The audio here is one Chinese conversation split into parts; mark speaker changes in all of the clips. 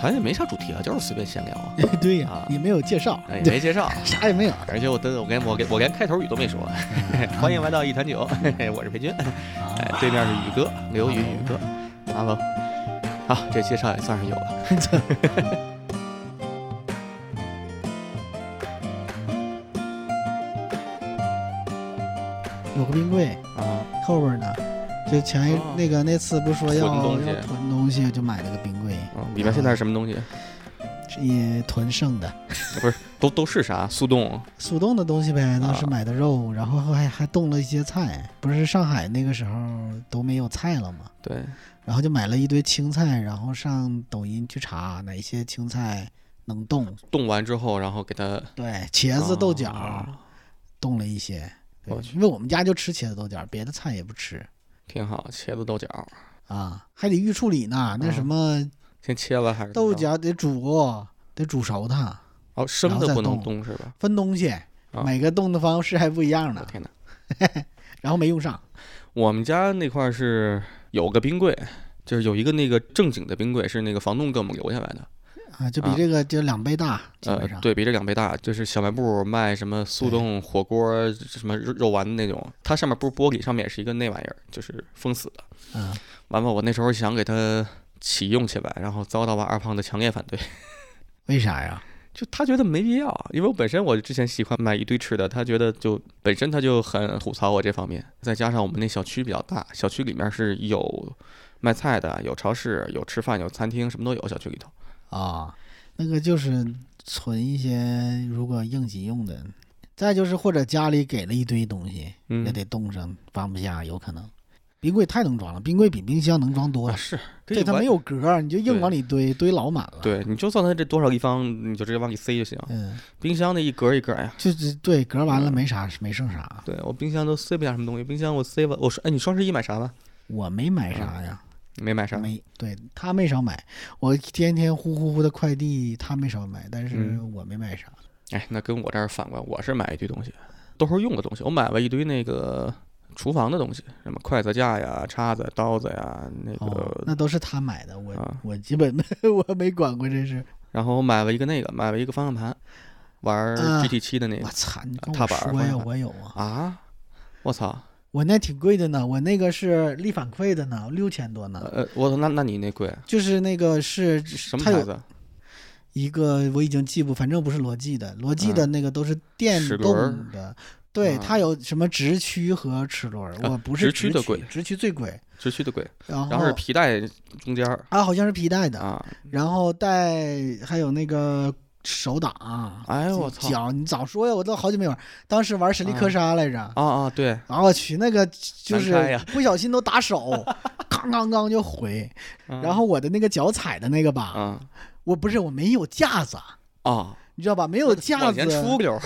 Speaker 1: 咱也没啥主题啊，就是随便闲聊 啊，
Speaker 2: 对呀、
Speaker 1: 啊
Speaker 2: 也没有介绍，
Speaker 1: 哎也
Speaker 2: 对，
Speaker 1: 没介绍。
Speaker 2: 啥也没有。
Speaker 1: 而且我都我连我连我连开头语都没说，
Speaker 2: 嗯
Speaker 1: 欢迎来到一坛酒，嘿嘿我是裴军，
Speaker 2: 啊
Speaker 1: 哎，对面是宇哥，刘宇宇哥，Hello，好，这介绍也算是有了。
Speaker 2: 有个冰柜，
Speaker 1: 啊，
Speaker 2: 后边呢，就前一、
Speaker 1: 哦
Speaker 2: 那个那次不是说要
Speaker 1: 囤东西
Speaker 2: 要囤东西，就买了个冰柜，
Speaker 1: 嗯，里面现在是什么东西？
Speaker 2: 啊也囤剩的
Speaker 1: 都都是啥？速冻
Speaker 2: 速冻的东西呗。当时
Speaker 1: 啊
Speaker 2: 买的肉，然后还还冻了一些菜，不是上海那个时候都没有菜了吗？
Speaker 1: 对，
Speaker 2: 然后就买了一堆青菜，然后上抖音去查哪些青菜能冻，
Speaker 1: 冻完之后，然后给它
Speaker 2: 对，茄子、豆角、
Speaker 1: 啊
Speaker 2: 冻了一些。对
Speaker 1: 我去
Speaker 2: 因为我们家就吃茄子豆角，别的菜也不吃
Speaker 1: 挺好，茄子豆角
Speaker 2: 啊，还得预处理呢。那
Speaker 1: 啊
Speaker 2: 什么
Speaker 1: 先切了还是怎么
Speaker 2: 豆
Speaker 1: 着
Speaker 2: 角得煮，得煮熟它，
Speaker 1: 哦，生
Speaker 2: 然后
Speaker 1: 的
Speaker 2: 再
Speaker 1: 不能
Speaker 2: 冻
Speaker 1: 冻是吧？
Speaker 2: 分东西，
Speaker 1: 啊
Speaker 2: 每个冻的方式还不一样
Speaker 1: 我
Speaker 2: 呢。
Speaker 1: 天哪！
Speaker 2: 然后没用上，
Speaker 1: 我们家那块儿是有个冰柜，就是有一个那个正经的冰柜，是那个房东给我们留下来的。
Speaker 2: 啊，就比
Speaker 1: 啊
Speaker 2: 这个就两倍大，基本上。
Speaker 1: 呃、对比这两倍大，就是小卖部卖什么速冻火锅、什么肉肉丸的那种，它上面不是玻璃，上面也是一个那玩意儿，就是封死的。
Speaker 2: 嗯，
Speaker 1: 完了，我那时候想给它启用起来，然后遭到了二胖的强烈反对，
Speaker 2: 为啥呀？
Speaker 1: 就他觉得没必要，啊因为我本身我之前喜欢买一堆吃的，他觉得就本身他就很吐槽我这方面，再加上我们那小区比较大，小区里面是有卖菜的，有超市，有吃饭，有餐厅，什么都有，小区里头。
Speaker 2: 啊，那个就是存一些如果应急用的，再就是或者家里给了一堆东西，
Speaker 1: 嗯
Speaker 2: 也，得冻上，放不下，有可能。冰柜太能装了，冰柜比冰箱能装多
Speaker 1: 啊
Speaker 2: 了。
Speaker 1: 是，可以
Speaker 2: 这它
Speaker 1: 完
Speaker 2: 没有格儿，你就硬
Speaker 1: 对
Speaker 2: 往里堆，堆老满了。，
Speaker 1: 对，你就算它这多少立方，你就直接往里塞就行。
Speaker 2: 嗯，
Speaker 1: 冰箱那一格一格呀，
Speaker 2: 就是对格儿完了
Speaker 1: 嗯
Speaker 2: 没啥，没剩啥。
Speaker 1: 对我冰箱都塞不下什么东西。冰箱我塞吧，我说，哎，你双十一买啥了？
Speaker 2: 我没买啥呀，
Speaker 1: 你嗯没买啥？
Speaker 2: 没对他没少买，我天天呼呼呼的快递他没少买，但是
Speaker 1: 嗯
Speaker 2: 我没买啥。
Speaker 1: 哎，那跟我这儿反过来，我是买一堆东西，都是用的东西。我买了一堆那个厨房的东西，什么筷子架呀、叉子、刀子呀，那个，
Speaker 2: 哦，那都是他买的， 我、
Speaker 1: 啊
Speaker 2: 我基本没我没管过这事。
Speaker 1: 然后我买了一个那个，买了一个方向盘，玩儿
Speaker 2: 啊
Speaker 1: GT 七的那个
Speaker 2: 我操，你跟
Speaker 1: 哎啊踏
Speaker 2: 我
Speaker 1: 板儿
Speaker 2: 说
Speaker 1: 方
Speaker 2: 呀，
Speaker 1: 向盘
Speaker 2: 我有啊，
Speaker 1: 啊，我操！
Speaker 2: 我那挺贵的呢，我那个是力反馈的呢，六千多呢，
Speaker 1: 呃，我操，那那你那贵
Speaker 2: 就是那个是
Speaker 1: 什么
Speaker 2: 它
Speaker 1: 牌
Speaker 2: 有
Speaker 1: 子？
Speaker 2: 一个我已经记不，反正不是罗技的，罗技的那个都是电
Speaker 1: 嗯齿轮儿
Speaker 2: 动的。对，
Speaker 1: 啊
Speaker 2: 它有什么直驱和齿轮儿？
Speaker 1: 啊
Speaker 2: 我不是
Speaker 1: 直驱的贵
Speaker 2: 直驱最贵。
Speaker 1: 直驱的贵，
Speaker 2: 然后
Speaker 1: 然后是皮带中间儿
Speaker 2: 啊，好像是皮带的，
Speaker 1: 啊，
Speaker 2: 然后带还有那个手挡。
Speaker 1: 哎呦我操！
Speaker 2: 脚，你早说呀！我都好久没玩，当时玩神力克杀来着，
Speaker 1: 啊啊，对，
Speaker 2: 然后我去那个就
Speaker 1: 难开
Speaker 2: 是
Speaker 1: 呀
Speaker 2: 不小心都 打手，哐哐哐就回。然
Speaker 1: 然
Speaker 2: 后我的那个脚踩的那个吧，
Speaker 1: 啊
Speaker 2: 我不是我没有架子，
Speaker 1: 啊，
Speaker 2: 你知道吧？没有架
Speaker 1: 往
Speaker 2: 子
Speaker 1: 前，出 溜儿，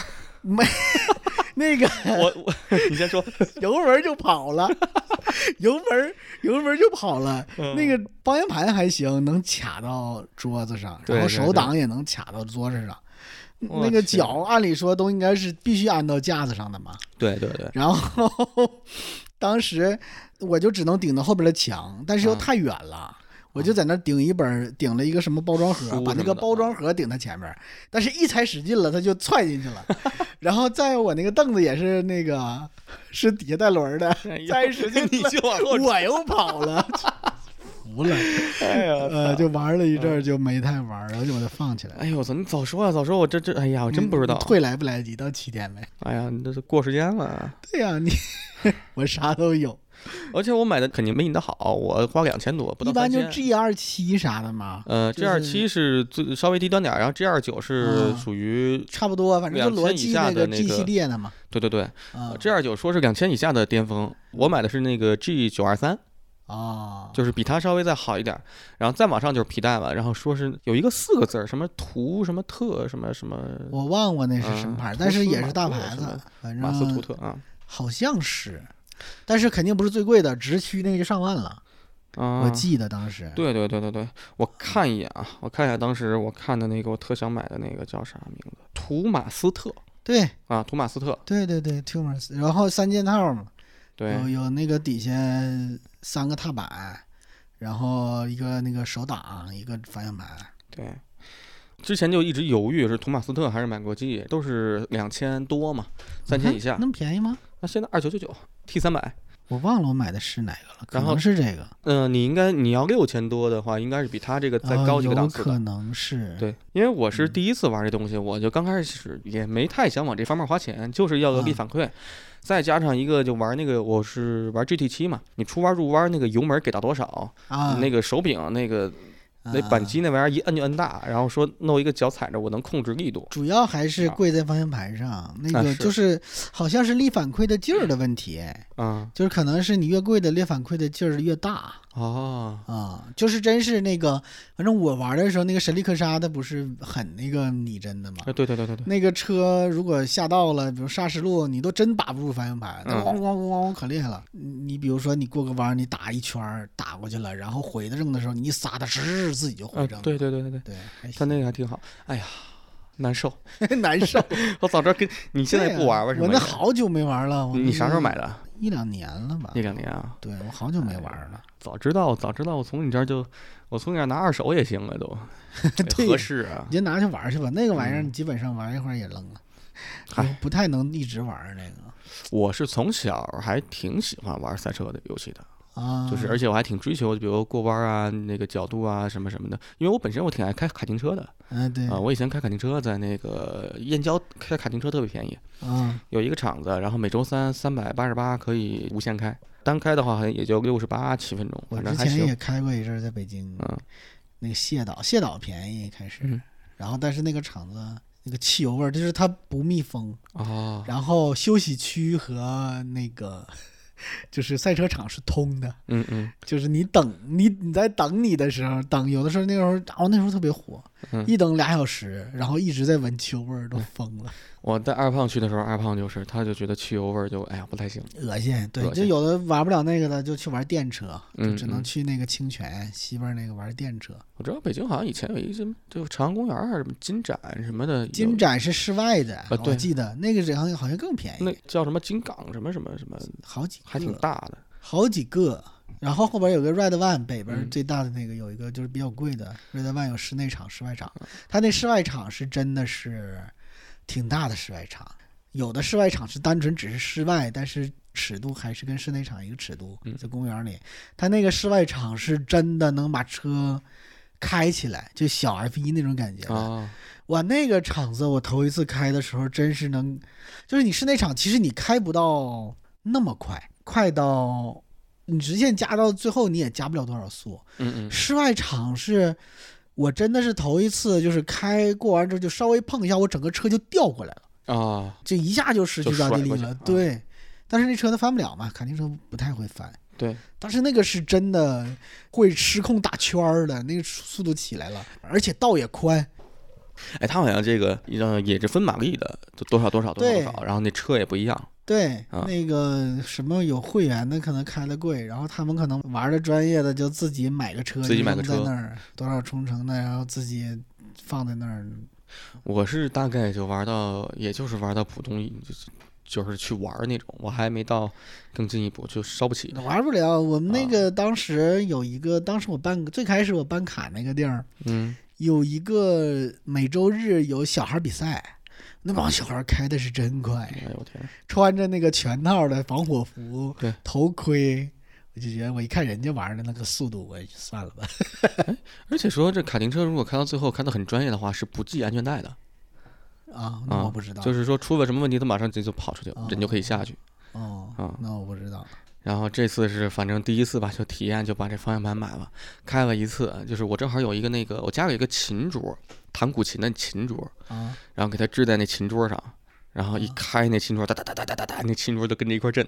Speaker 2: 那个
Speaker 1: 我我你先说，
Speaker 2: 油门儿就 跑了，油门儿油门儿就跑了。
Speaker 1: 嗯
Speaker 2: 那个方向盘还行，能卡到桌子上，
Speaker 1: 对
Speaker 2: 然后
Speaker 1: 对
Speaker 2: 手
Speaker 1: 对
Speaker 2: 挡也能卡到桌子上。
Speaker 1: 我
Speaker 2: 那个
Speaker 1: 去
Speaker 2: 脚按理说都应该是必须安到架子上的嘛。
Speaker 1: 嗯对对对，
Speaker 2: 然后当时我就只能顶到后边的墙，但是又
Speaker 1: 嗯
Speaker 2: 太远了。我就在那顶一本儿，顶了一个什么包装
Speaker 1: 书
Speaker 2: 盒，把
Speaker 1: 什么
Speaker 2: 那个
Speaker 1: 的
Speaker 2: 包装盒顶在前面儿，但是一踩使劲了，它就踹进 去了。然后在我那个凳子也是那个是底下带轮儿 的， 再使劲
Speaker 1: 你
Speaker 2: 了
Speaker 1: 就往后，
Speaker 2: 我又跑 了，服了。
Speaker 1: 哎呀，
Speaker 2: 呃，就玩了一阵儿就没太玩儿，然后就把它放起来。
Speaker 1: 哎呦我操，你早说啊，早说我这这，哎呀，我真不知道，
Speaker 2: 嗯退来不来得及，到七天没。
Speaker 1: 哎呀，你这是过时间了，啊
Speaker 2: 对呀、你 我啥都有，
Speaker 1: 而且我买的肯定没你的好，我花两千多，不到
Speaker 2: 一般就
Speaker 1: 3000
Speaker 2: G 二七啥的嘛。
Speaker 1: 呃
Speaker 2: 就
Speaker 1: ，G 二七是最稍微低端点儿，然后 G 二九是
Speaker 2: 嗯
Speaker 1: 属于，
Speaker 2: 差不多，反正就罗
Speaker 1: 2000
Speaker 2: 技
Speaker 1: 以下
Speaker 2: 那
Speaker 1: 的
Speaker 2: 个
Speaker 1: 那
Speaker 2: G
Speaker 1: 个
Speaker 2: 系列的嘛。
Speaker 1: 对对对
Speaker 2: 啊
Speaker 1: ，G 二九说是两千以下的巅峰，我买的是那个 G 九二三，
Speaker 2: 啊，
Speaker 1: 就是比它稍微再好一点儿，然后再往上就是皮带了，然后说是有一个四个字儿，什么图什么特什么什么
Speaker 2: 我忘我那是什么牌儿，
Speaker 1: 嗯
Speaker 2: 但是也
Speaker 1: 图
Speaker 2: 是
Speaker 1: 斯
Speaker 2: 大
Speaker 1: 马特
Speaker 2: 牌
Speaker 1: 什
Speaker 2: 子
Speaker 1: 么，
Speaker 2: 反
Speaker 1: 马斯图
Speaker 2: 正
Speaker 1: 特啊
Speaker 2: 好像是，但是肯定不是最贵的，直驱那个就上万了，
Speaker 1: 啊！
Speaker 2: 我记得当时。
Speaker 1: 对对对对对，我看一眼啊，我看一眼当时我看的那个我特想买的那个叫啥名字？图马斯特
Speaker 2: 对
Speaker 1: 啊，图马斯特，
Speaker 2: 对对对，Tumors，然后三件套嘛，
Speaker 1: 对
Speaker 2: 有有那个底下三个踏板，然后一个那个手挡，一个方向盘，
Speaker 1: 对，之前就一直犹豫是托马斯特还是满国际，都是两千多嘛，三千以下。
Speaker 2: 那么便宜吗？
Speaker 1: 那现在二九九九 T 三百，
Speaker 2: 我忘了我买的是哪个了，可
Speaker 1: 然后
Speaker 2: 能是这个，
Speaker 1: 嗯，你应该你要六千多的话，应该是比它这个再
Speaker 2: 啊
Speaker 1: 高几个档
Speaker 2: 有
Speaker 1: 次的。
Speaker 2: 可能是，
Speaker 1: 对，因为我是
Speaker 2: 嗯
Speaker 1: 第一次玩这东西，我就刚开始也没太想往这方面花钱，就是要个力
Speaker 2: 啊
Speaker 1: 反馈，再加上一个就玩那个我是玩 GT 七嘛，你出弯入弯那个油门给到多少，
Speaker 2: 啊，
Speaker 1: 那个手柄那个
Speaker 2: 啊
Speaker 1: 那扳机那玩意儿一摁就摁大，然后说弄一个脚踩着我能控制力度。
Speaker 2: 主要还是
Speaker 1: 啊
Speaker 2: 跪在方向盘上，那
Speaker 1: 啊
Speaker 2: 个
Speaker 1: 是
Speaker 2: 就是好像是力反馈的劲儿的问题，
Speaker 1: 啊
Speaker 2: 就是可能是你越跪的力反馈的劲儿越大
Speaker 1: 哦，
Speaker 2: 啊，就是真是那个，反正我玩的时候那个神力克沙它不是很那个拟真的嘛。
Speaker 1: 哎对对对对对，
Speaker 2: 那个车如果下道了，比如砂石路，你都真把不住方向盘，那
Speaker 1: 嗯
Speaker 2: 咣咣咣咣可厉害了。你比如说你过个弯儿，你打一圈儿打过去了，然后回正的时候，你一撒它，直自己就回
Speaker 1: 嗯
Speaker 2: 正了。
Speaker 1: 对对对对对，
Speaker 2: 对，还
Speaker 1: 他
Speaker 2: 行
Speaker 1: 那个还挺好。哎呀，难受，
Speaker 2: 难受。
Speaker 1: 我早知道跟你现在不玩为
Speaker 2: 对
Speaker 1: 什
Speaker 2: 呀
Speaker 1: 么？
Speaker 2: 我那好久没玩了。我
Speaker 1: 你啥时候买？的？
Speaker 2: 一两年了吧
Speaker 1: 一？两年啊。
Speaker 2: 对，我好久没玩了。
Speaker 1: 早知道，早知道，我从你这儿就，我从你这儿拿二手也行了，都
Speaker 2: 对
Speaker 1: 合适啊
Speaker 2: 你。就拿去玩去吧，那个玩意儿
Speaker 1: 嗯
Speaker 2: 你基本上玩一会儿也扔了，
Speaker 1: 嗨，
Speaker 2: 不太能一直玩儿那个
Speaker 1: 我是从小还挺喜欢玩赛车的游戏的，
Speaker 2: 啊。
Speaker 1: 就是而且我还挺追求，比如过弯啊、那个角度啊什么什么的，因为我本身我挺爱开卡丁车的
Speaker 2: 嗯，对
Speaker 1: 啊、我以前开卡丁车在那个燕郊开卡丁车特别便宜，
Speaker 2: 啊，
Speaker 1: 有一个厂子，然后每周三三百八十八可以无限开，单开的话好像也就六十八七分钟，
Speaker 2: 我
Speaker 1: 反
Speaker 2: 之
Speaker 1: 正还
Speaker 2: 前
Speaker 1: 行
Speaker 2: 也。开过一阵儿，在北京
Speaker 1: 嗯，
Speaker 2: 那个蟹岛，蟹岛便宜开始
Speaker 1: 嗯，
Speaker 2: 然后但是那个厂子那个汽油味儿，就是它不密封，
Speaker 1: 哦，
Speaker 2: 然后休息区和那个就是赛车场是通的，
Speaker 1: 嗯嗯，
Speaker 2: 就是你等你你在等你的时候，等有的时候那时候哦那时候特别火，
Speaker 1: 嗯
Speaker 2: 一等俩小时，然后一直在闻秋味儿，都疯了，
Speaker 1: 我带二胖去的时候，二胖就是他就觉得汽油味儿就哎呀不太行，
Speaker 2: 恶心。对，
Speaker 1: 恶
Speaker 2: 就
Speaker 1: 心
Speaker 2: 有的玩不了那个的，就去玩电车，就
Speaker 1: 嗯
Speaker 2: 只能
Speaker 1: 嗯
Speaker 2: 去那个清泉西边那个玩电车。
Speaker 1: 我知道北京好像以前有一些就朝阳公园儿啊，什么金展什么的，
Speaker 2: 金展是室外的，我
Speaker 1: 啊对
Speaker 2: 记得那个好像好像更便
Speaker 1: 有那
Speaker 2: 宜，
Speaker 1: 叫什么金港什么什么什么，
Speaker 2: 好几
Speaker 1: 还挺
Speaker 2: 个，
Speaker 1: 大的。
Speaker 2: 好几个。然后后边有个 Red One，北边
Speaker 1: 嗯
Speaker 2: 最大的那个有一个就是比较贵的、Red One，有室内场、室外场。
Speaker 1: 嗯
Speaker 2: 它那室外场是真的是挺大的室外场，有的室外场是单纯只是室外，但是尺度还是跟室内场一个尺度
Speaker 1: 嗯，
Speaker 2: 在公园里。它那个室外场是真的能把车开起来，就小 F 一那种感觉的
Speaker 1: 啊，
Speaker 2: 哇，那个场子我头一次开的时候，真是能，就是你室内场，其实你开不到那么快，快到你直线加到最后你也加不了多少速。
Speaker 1: 嗯嗯
Speaker 2: 室外场是我真的是头一次，就是开过完之后就稍微碰一下，我整个车就掉过来了，
Speaker 1: 啊，
Speaker 2: 就一下就失去
Speaker 1: 就
Speaker 2: 抓地
Speaker 1: 甩
Speaker 2: 力
Speaker 1: 过去
Speaker 2: 了
Speaker 1: 啊。
Speaker 2: 对，但是那车它翻不了嘛，卡丁车不太会翻。
Speaker 1: 对，
Speaker 2: 但是那个是真的会失控打圈儿的，那个速度起来了，而且道也宽，
Speaker 1: 哎，他好像这个呃也是分马力的，就多少多少多少多少，
Speaker 2: 对
Speaker 1: 然后那车也不一样。
Speaker 2: 对，
Speaker 1: 啊
Speaker 2: 那个什么有会员的可能开的贵，然后他们可能玩的专业的就自己买个车，
Speaker 1: 自己买个
Speaker 2: 扔
Speaker 1: 车
Speaker 2: 在那儿多少冲程的，然后自己放在那儿。
Speaker 1: 我是大概就玩到，也就是玩到普通，就是就是去玩儿那种，我还没到更进一步，就烧不起。
Speaker 2: 玩不了。我们那
Speaker 1: 啊
Speaker 2: 个当时有一个，当时我办最开始我办卡那个地儿，
Speaker 1: 嗯，
Speaker 2: 有一个每周日有小孩比赛，那
Speaker 1: 啊
Speaker 2: 帮小孩开的是真快，
Speaker 1: 哎呦我天，
Speaker 2: 穿着那个全套的防火服
Speaker 1: 对、
Speaker 2: 头盔，我就觉得我一看人家玩的那个速度，我也就算了吧。
Speaker 1: 而且说这卡丁车如果开到最后开得很专业的话，是不系安全带的。
Speaker 2: 啊，
Speaker 1: 啊
Speaker 2: 那我不知道，
Speaker 1: 就是说出了什么问题，他马上就就跑出去
Speaker 2: 哦，
Speaker 1: 人就可以下去。
Speaker 2: 哦，
Speaker 1: 啊
Speaker 2: 那我不知道。
Speaker 1: 然后这次是反正第一次吧，就体验就把这方向盘买了，开了一次，就是我正好有一个那个我家里有一个琴桌，弹古琴的琴桌，
Speaker 2: 啊，
Speaker 1: 然后给它支在那琴桌上，然后一开那琴桌哒哒哒哒哒哒哒，那琴桌就跟着一块震。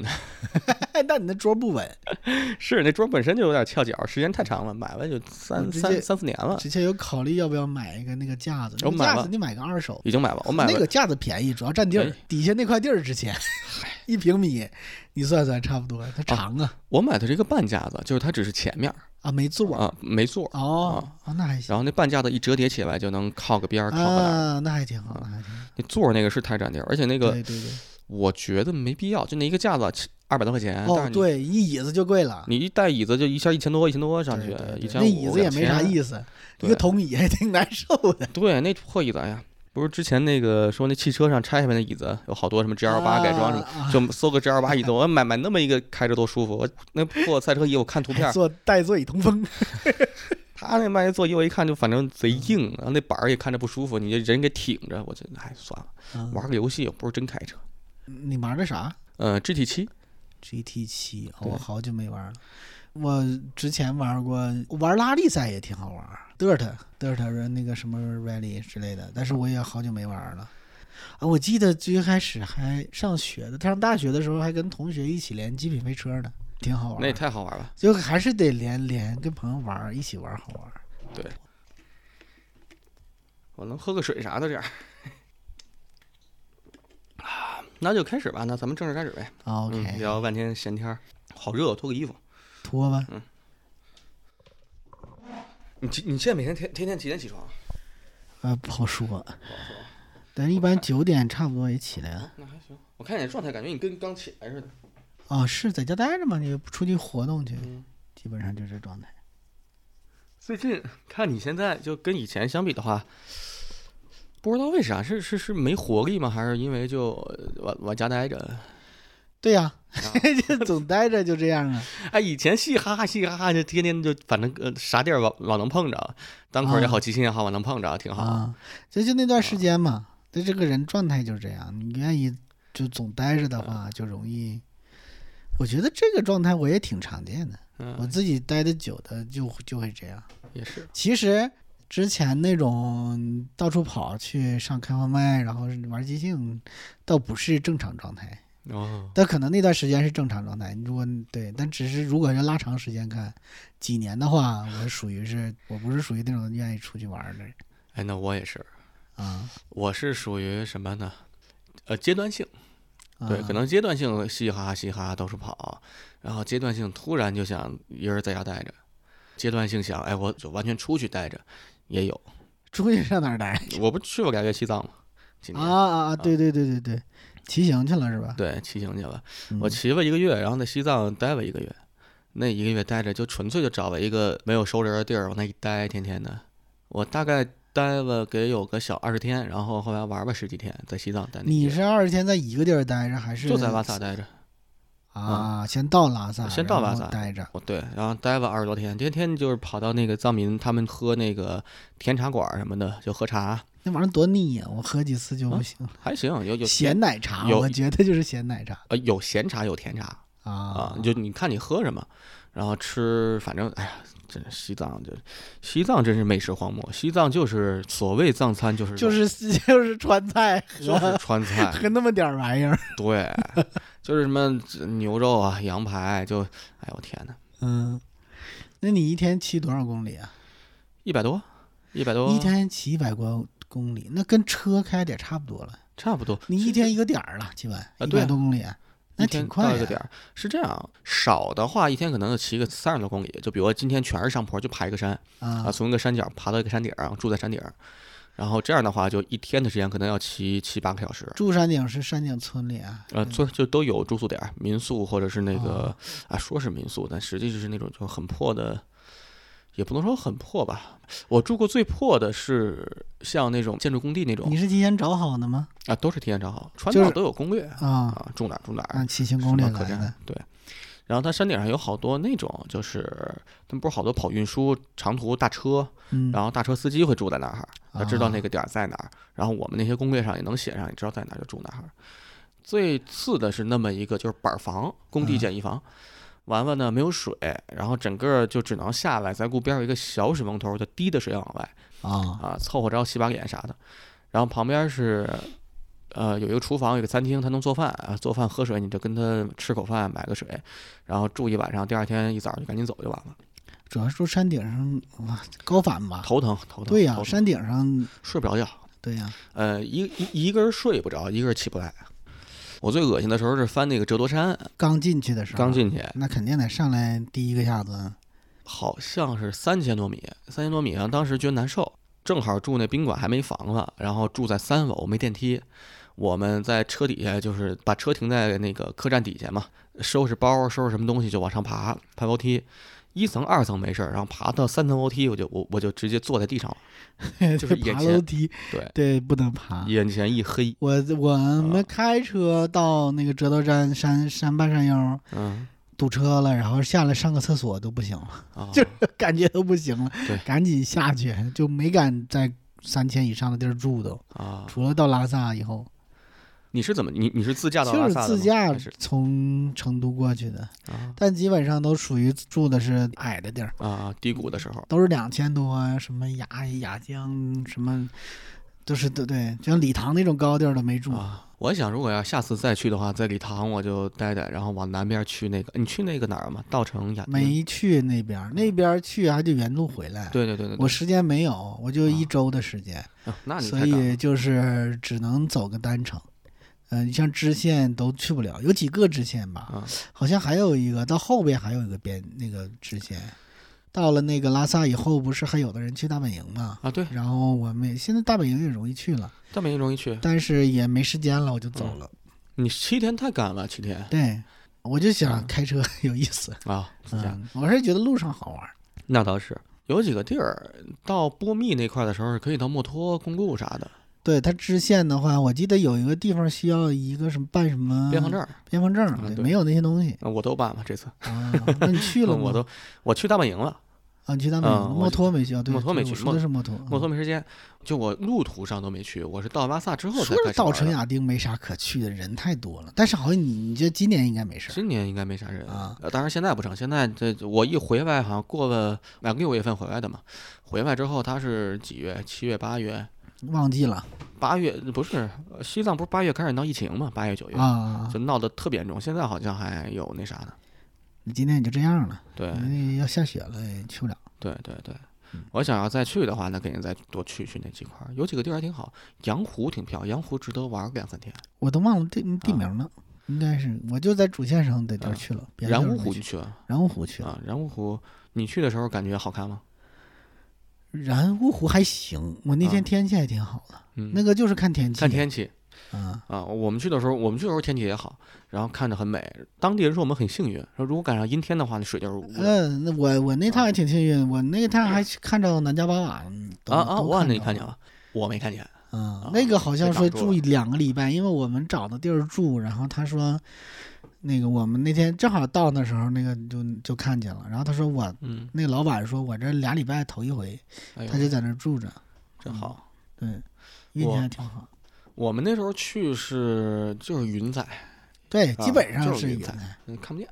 Speaker 2: 但哎你那桌不稳，
Speaker 1: 是那桌本身就有点翘脚，时间太长了，买了就
Speaker 2: 我
Speaker 1: 三
Speaker 2: 嗯直
Speaker 1: 三
Speaker 2: 接
Speaker 1: 三四年了，
Speaker 2: 之前有考虑要不要买一个那个架子，那
Speaker 1: 我
Speaker 2: 个
Speaker 1: 买
Speaker 2: 架
Speaker 1: 了
Speaker 2: 子你买个二手，
Speaker 1: 已经买了，我买了。
Speaker 2: 那个架子便宜，主要占地儿
Speaker 1: 哎，
Speaker 2: 底下那块地儿值钱，一平米，你算算差不多，它长啊
Speaker 1: 我买的是一个半架子，就是它只是前面儿
Speaker 2: 啊没座儿
Speaker 1: 啊、没座儿，
Speaker 2: 哦啊那还行
Speaker 1: 然后那半架子一折叠起来就能靠个边儿靠个哪儿。
Speaker 2: 啊那还挺好，那还挺好，
Speaker 1: 那座儿那个是太占地儿，而且那个
Speaker 2: 对对对，
Speaker 1: 我觉得没必要，就那一个架子，其二百多块钱，但
Speaker 2: 哦，
Speaker 1: 是你
Speaker 2: 对，一椅子就贵了，
Speaker 1: 你一带椅子就一下一千多，一千多嗯上
Speaker 2: 对
Speaker 1: 去
Speaker 2: 对，对
Speaker 1: 一千
Speaker 2: 那
Speaker 1: 五。
Speaker 2: 椅子也没啥
Speaker 1: 2000
Speaker 2: 意思，一
Speaker 1: 对
Speaker 2: 个铜椅还挺难受的。
Speaker 1: 对，那破椅子哎呀，不是之前那个说那汽车上拆下来的椅子有好多什么 G L 八改装什么，
Speaker 2: 啊
Speaker 1: 就搜个 G L 八椅子，我买买那么一个开着多舒 服。我那破赛车椅我看图片
Speaker 2: 还，坐带座椅通风，
Speaker 1: 他那卖座椅我一看就反正贼硬，
Speaker 2: 嗯
Speaker 1: 然后那板儿也看着不舒服，你这人给挺着，我觉得哎算了，
Speaker 2: 嗯
Speaker 1: 玩个游戏又不是真开车。
Speaker 2: 你玩的啥
Speaker 1: 呃，G T 七
Speaker 2: ？GT 七，哦
Speaker 1: 对
Speaker 2: 我好久没玩了。我之前玩过，玩拉力赛也挺好玩，Dirt Dirt 那个什么 Rally 之类的，但是我也好久没玩了。啊，我记得最开始还上学的，上大学的时候还跟同学一起连极品飞车呢，挺好玩。
Speaker 1: 那也太好玩了，
Speaker 2: 就还是得连连跟朋友玩儿，一起玩儿好玩儿。
Speaker 1: 我能喝个水啥的这样。啊， 那就开始吧，那咱们正式开始呗。嗯，
Speaker 2: 啊 OK，、
Speaker 1: 聊半天闲天儿，好热，脱个衣服。
Speaker 2: 脱吧。
Speaker 1: 你几你现在每天天天天几点起床啊？
Speaker 2: 呃，不好说，但一般九点差不多也起来了。
Speaker 1: 那还行，我看你的状态，感觉你跟刚起来似的。
Speaker 2: 哦，是在家待着嘛，你不出去活动去，
Speaker 1: 嗯
Speaker 2: 基本上就这状态。
Speaker 1: 最近看你现在就跟以前相比的话，不知道为啥是是是没活力吗？还是因为就呃往往家待着？
Speaker 2: 对呀、这总待着 就这样啊。
Speaker 1: 哎，以前嘻哈哈嘻哈哈，就天天就反正呃啥地儿老老能碰着，单口也好，即兴也好，老能碰着，挺好。
Speaker 2: 啊，这就那段时间嘛，对这个人状态就是这样。你愿意就总待着的话，就容易。我觉得这个状态我也挺常见的，我
Speaker 1: 嗯，
Speaker 2: 自己待的久的就就会这样。
Speaker 1: 也是。
Speaker 2: 其实之前那种到处跑去上开放麦，然后玩即兴，倒不是正常状态。
Speaker 1: 哦，
Speaker 2: 但可能那段时间是正常状态。如果对，但只是如果要拉长时间看，几年的话，我属于是我不是属于那种愿意出去玩儿的人
Speaker 1: 哎，那我也是，
Speaker 2: 啊。
Speaker 1: 我是属于什么呢？呃，阶段性。
Speaker 2: 啊
Speaker 1: 对，可能阶段性嘻哈嘻哈到处跑，然后阶段性突然就想一个人在家待着，阶段性想哎我就完全出去待着，也有。
Speaker 2: 出去上哪儿待？
Speaker 1: 我不去过两个月西藏吗？今
Speaker 2: 啊
Speaker 1: 年、
Speaker 2: 啊啊！对对对对对，骑行去了是吧？
Speaker 1: 对骑行去了，
Speaker 2: 嗯
Speaker 1: 我骑了一个月，然后在西藏待了一个月，那一个月待着就纯粹就找了一个没有熟人的地儿往那一待，天天的。我大概待了给有个小二十天，然后后来玩了十几天，在西藏待那一
Speaker 2: 你
Speaker 1: 个月
Speaker 2: 是二十天在一个地儿待着，还是
Speaker 1: 就在拉萨待着。嗯
Speaker 2: 啊？先到拉萨，
Speaker 1: 先到拉
Speaker 2: 然后
Speaker 1: 萨
Speaker 2: 待着。
Speaker 1: 哦，对，然后待了二十多天，天天就是跑到那个藏民他们喝那个甜茶馆儿什么的，就喝茶，
Speaker 2: 那玩意儿多腻呀、我喝几次就不
Speaker 1: 啊
Speaker 2: 行了。
Speaker 1: 还行，有有
Speaker 2: 咸
Speaker 1: 甜
Speaker 2: 奶茶，
Speaker 1: 有
Speaker 2: 我觉得就是咸奶茶
Speaker 1: 呃有咸茶有甜茶啊
Speaker 2: 啊，，
Speaker 1: 就你看你喝什么，然后吃，反正哎呀，真是西藏就西藏真是美食荒漠，西藏就是所谓藏餐就是
Speaker 2: 就
Speaker 1: 肉
Speaker 2: 是 就是川菜
Speaker 1: 就
Speaker 2: 和
Speaker 1: 是 川菜，
Speaker 2: 和那么点儿玩意儿。
Speaker 1: 对，就是什么牛肉啊、羊排，就哎呦我天哪，
Speaker 2: 嗯，那你一天骑多少公里啊？
Speaker 1: 一百多，一百多，
Speaker 2: 一天骑一百多公里，那跟车开的也差不多了。
Speaker 1: 差不多，
Speaker 2: 你一天一个点儿了，基本一
Speaker 1: 对
Speaker 2: 百
Speaker 1: 啊
Speaker 2: 多公里，那
Speaker 1: 一天
Speaker 2: 挺快
Speaker 1: 到
Speaker 2: 的。
Speaker 1: 一个点儿是这样，少的话一天可能就骑个三十多公里，就比如今天全是上坡，就爬一个山啊，
Speaker 2: 啊，
Speaker 1: 从一个山脚爬到一个山顶儿，然后住在山顶儿，然后这样的话就一天的时间可能要骑七八个小时。
Speaker 2: 住山顶是山顶村里啊。
Speaker 1: 呃，村就都有住宿点儿，民宿或者是那
Speaker 2: 哦
Speaker 1: 个啊，说是民宿，但实际就是那种就很破的，也不能说很破吧。我住过最破的是像那种建筑工地那种
Speaker 2: 你是提前找好的吗？
Speaker 1: 啊，都是提前找好，川
Speaker 2: 就是
Speaker 1: 藏都有攻略
Speaker 2: 啊
Speaker 1: 啊，住哪儿住哪儿，
Speaker 2: 啊，骑行
Speaker 1: 什
Speaker 2: 攻略
Speaker 1: 么
Speaker 2: 来
Speaker 1: 可
Speaker 2: 的
Speaker 1: 站。对。然后它山顶上有好多那种，就是他们不是好多跑运输长途大车，
Speaker 2: 嗯，
Speaker 1: 然后大车司机会住在那儿，他知道那
Speaker 2: 啊
Speaker 1: 个点儿在哪儿。然后我们那些攻略上也能写上，你知道在哪儿就住哪儿。最次的是那么一个就是板儿房，工地
Speaker 2: 嗯
Speaker 1: 简易房，完了呢没有水，然后整个就只能下来在路边儿有一个小水龙头，就滴的水往外
Speaker 2: 啊
Speaker 1: 啊，凑合着洗把脸啥的。然后旁边是，呃，有一个厨房，有一个餐厅，他能做饭啊，做饭喝水，你就跟他吃口饭，买个水，然后住一晚上，第二天一早就赶紧走就完了。
Speaker 2: 主要是住山顶上哇，高反吧？
Speaker 1: 头疼，头疼，
Speaker 2: 对呀、
Speaker 1: 头疼
Speaker 2: 山顶上，
Speaker 1: 睡不着觉，
Speaker 2: 对呀、
Speaker 1: 呃，一一一个人睡不着，一个人起不来。我最恶心的时候是翻那个折多山，
Speaker 2: 刚进去的时候，
Speaker 1: 刚进去
Speaker 2: 那肯定得上来第一个下子，
Speaker 1: 好像是三千多米，三千多米，然后当时觉得难受，正好住那宾馆还没房子，然后住在三楼没电梯，我们在车底下就是把车停在那个客栈底下嘛，收拾包、收拾什么东西就往上爬，爬楼梯。一层、二层没事儿，然后爬到三层楼梯，我就我我就直接坐在地上了， 就是眼
Speaker 2: 爬
Speaker 1: 前
Speaker 2: 楼梯，
Speaker 1: 对
Speaker 2: 对，不能爬。
Speaker 1: 眼前一黑，
Speaker 2: 我我们
Speaker 1: 啊
Speaker 2: 开车到那个折头山山山半山腰
Speaker 1: 嗯
Speaker 2: 堵车了，然后下来上个厕所都不行了，
Speaker 1: 啊，
Speaker 2: 就是感觉都不行了
Speaker 1: 对，
Speaker 2: 赶紧下去，就没敢在三千以上的地儿住都，
Speaker 1: 啊，
Speaker 2: 除了到拉萨以后，
Speaker 1: 你是怎么你你是自驾到
Speaker 2: 就
Speaker 1: 拉
Speaker 2: 是
Speaker 1: 萨的吗
Speaker 2: 自驾
Speaker 1: 还是
Speaker 2: 从成都过去的，
Speaker 1: 啊
Speaker 2: 但基本上都属于住的是矮的地儿，
Speaker 1: 啊低谷的时候
Speaker 2: 都是两千多啊，什么雅雅江什么，都是对对，像礼堂那种高地儿都没住。
Speaker 1: 啊，我还想如果要下次再去的话，在礼堂我就待待，然后往南边去那个，你去那个哪儿吗？稻城亚丁
Speaker 2: 没去那边儿，那边儿去还得原路回来。
Speaker 1: 对对对对，对
Speaker 2: 我时间没有，我就一
Speaker 1: 啊
Speaker 2: 周的时间，
Speaker 1: 啊那你
Speaker 2: 所
Speaker 1: 太赶了
Speaker 2: 以就是只能走个单程。嗯、你像支线都去不了，有几个支线吧，
Speaker 1: 啊
Speaker 2: 好像还有一个，到后边还有一个边那个支线。到了那个拉萨以后，不是还有的人去大本营吗？
Speaker 1: 啊对，
Speaker 2: 然后我们也现在大本营也容易去了，
Speaker 1: 大本营容易去，
Speaker 2: 但是也没时间了，我就
Speaker 1: 嗯
Speaker 2: 走了。
Speaker 1: 你七天太赶了，七天
Speaker 2: 对，我就想
Speaker 1: 嗯
Speaker 2: 开车 有意思，
Speaker 1: 啊自驾，
Speaker 2: 嗯，我是觉得路上好玩儿。
Speaker 1: 那倒是。有几个地儿到波密那块儿的时候，是可以到墨脱公路啥的，
Speaker 2: 对它支线的话，我记得有一个地方需要一个什么办什么
Speaker 1: 边防证，儿
Speaker 2: 边防证儿，
Speaker 1: 啊
Speaker 2: 对，
Speaker 1: 对
Speaker 2: 没有那些东西
Speaker 1: 啊我都办了这次。
Speaker 2: 啊。那你去了
Speaker 1: 嗯
Speaker 2: 吗？
Speaker 1: 我都我去大本营了，
Speaker 2: 啊，你去大本营了
Speaker 1: 嗯我
Speaker 2: 墨脱没去啊？对，
Speaker 1: 墨脱没去
Speaker 2: 对我说的是墨脱。
Speaker 1: 墨脱
Speaker 2: 嗯
Speaker 1: 没时间，就我路途上都没去，我是到拉萨之后才开
Speaker 2: 说是
Speaker 1: 始玩
Speaker 2: 稻
Speaker 1: 的
Speaker 2: 城亚丁没啥可去的，人太多了。但是好像你，你觉得今年应该没事儿
Speaker 1: 今年应该没啥人
Speaker 2: 啊
Speaker 1: 呃当然现在不成，现在这我一回来好像过了两个六月份回来的嘛，回来之后他是几月？七月、八月、
Speaker 2: 忘记了
Speaker 1: 八月不是呃西藏不是八月开始闹疫情嘛？八月九月、
Speaker 2: 啊
Speaker 1: 就。闹得特别严重，现在好像还有那啥呢。
Speaker 2: 今天也就这样了，
Speaker 1: 对、
Speaker 2: 因为要下雪了也去不了。
Speaker 1: 对对对，
Speaker 2: 嗯
Speaker 1: 我想要再去的话，那肯定再多去去那几块儿，有几个地儿还挺好，羊湖挺漂亮，羊湖值得玩两三天。
Speaker 2: 我都忘了地地名了，应该是我就在主线上的地儿
Speaker 1: 啊
Speaker 2: 去了，别的
Speaker 1: 然
Speaker 2: 地儿
Speaker 1: 乌
Speaker 2: 没
Speaker 1: 湖
Speaker 2: 去
Speaker 1: 你去了
Speaker 2: 然乌湖去了。
Speaker 1: 啊？然乌湖你去的时候感觉好看吗？
Speaker 2: 然乌湖还行，我那天
Speaker 1: 啊
Speaker 2: 天气还挺好的，
Speaker 1: 嗯，
Speaker 2: 那个就是看天气，
Speaker 1: 看天气。
Speaker 2: 啊，
Speaker 1: 啊，我们去的时候，我们去的时候天气也好，然后看着很美。当地人说我们很幸运，说如果赶上阴天的话，那水就是污的。
Speaker 2: 嗯，那我我那趟也挺幸运，我那趟还去看着南迦巴瓦嗯都
Speaker 1: 啊啊！
Speaker 2: 都
Speaker 1: 我让
Speaker 2: 看
Speaker 1: 你
Speaker 2: 着
Speaker 1: 看见
Speaker 2: 了，
Speaker 1: 了，我没看见。
Speaker 2: 嗯
Speaker 1: 啊，
Speaker 2: 那个好像
Speaker 1: 被
Speaker 2: 说
Speaker 1: 挡住
Speaker 2: 住
Speaker 1: 了
Speaker 2: 两个礼拜，因为我们找的地儿住，然后他说，那个我们那天正好到那时候，那个就就看见了，然后他说我
Speaker 1: 嗯，
Speaker 2: 那个老板说我这俩礼拜头一回，
Speaker 1: 哎
Speaker 2: 他
Speaker 1: 呦，
Speaker 2: 就在那儿住着，
Speaker 1: 真好。
Speaker 2: 对，运气
Speaker 1: 我
Speaker 2: 还挺好，
Speaker 1: 我们那时候去是就是云彩，
Speaker 2: 对，基
Speaker 1: 啊
Speaker 2: 本上
Speaker 1: 就是云
Speaker 2: 云
Speaker 1: 彩
Speaker 2: 南，
Speaker 1: 嗯看不见。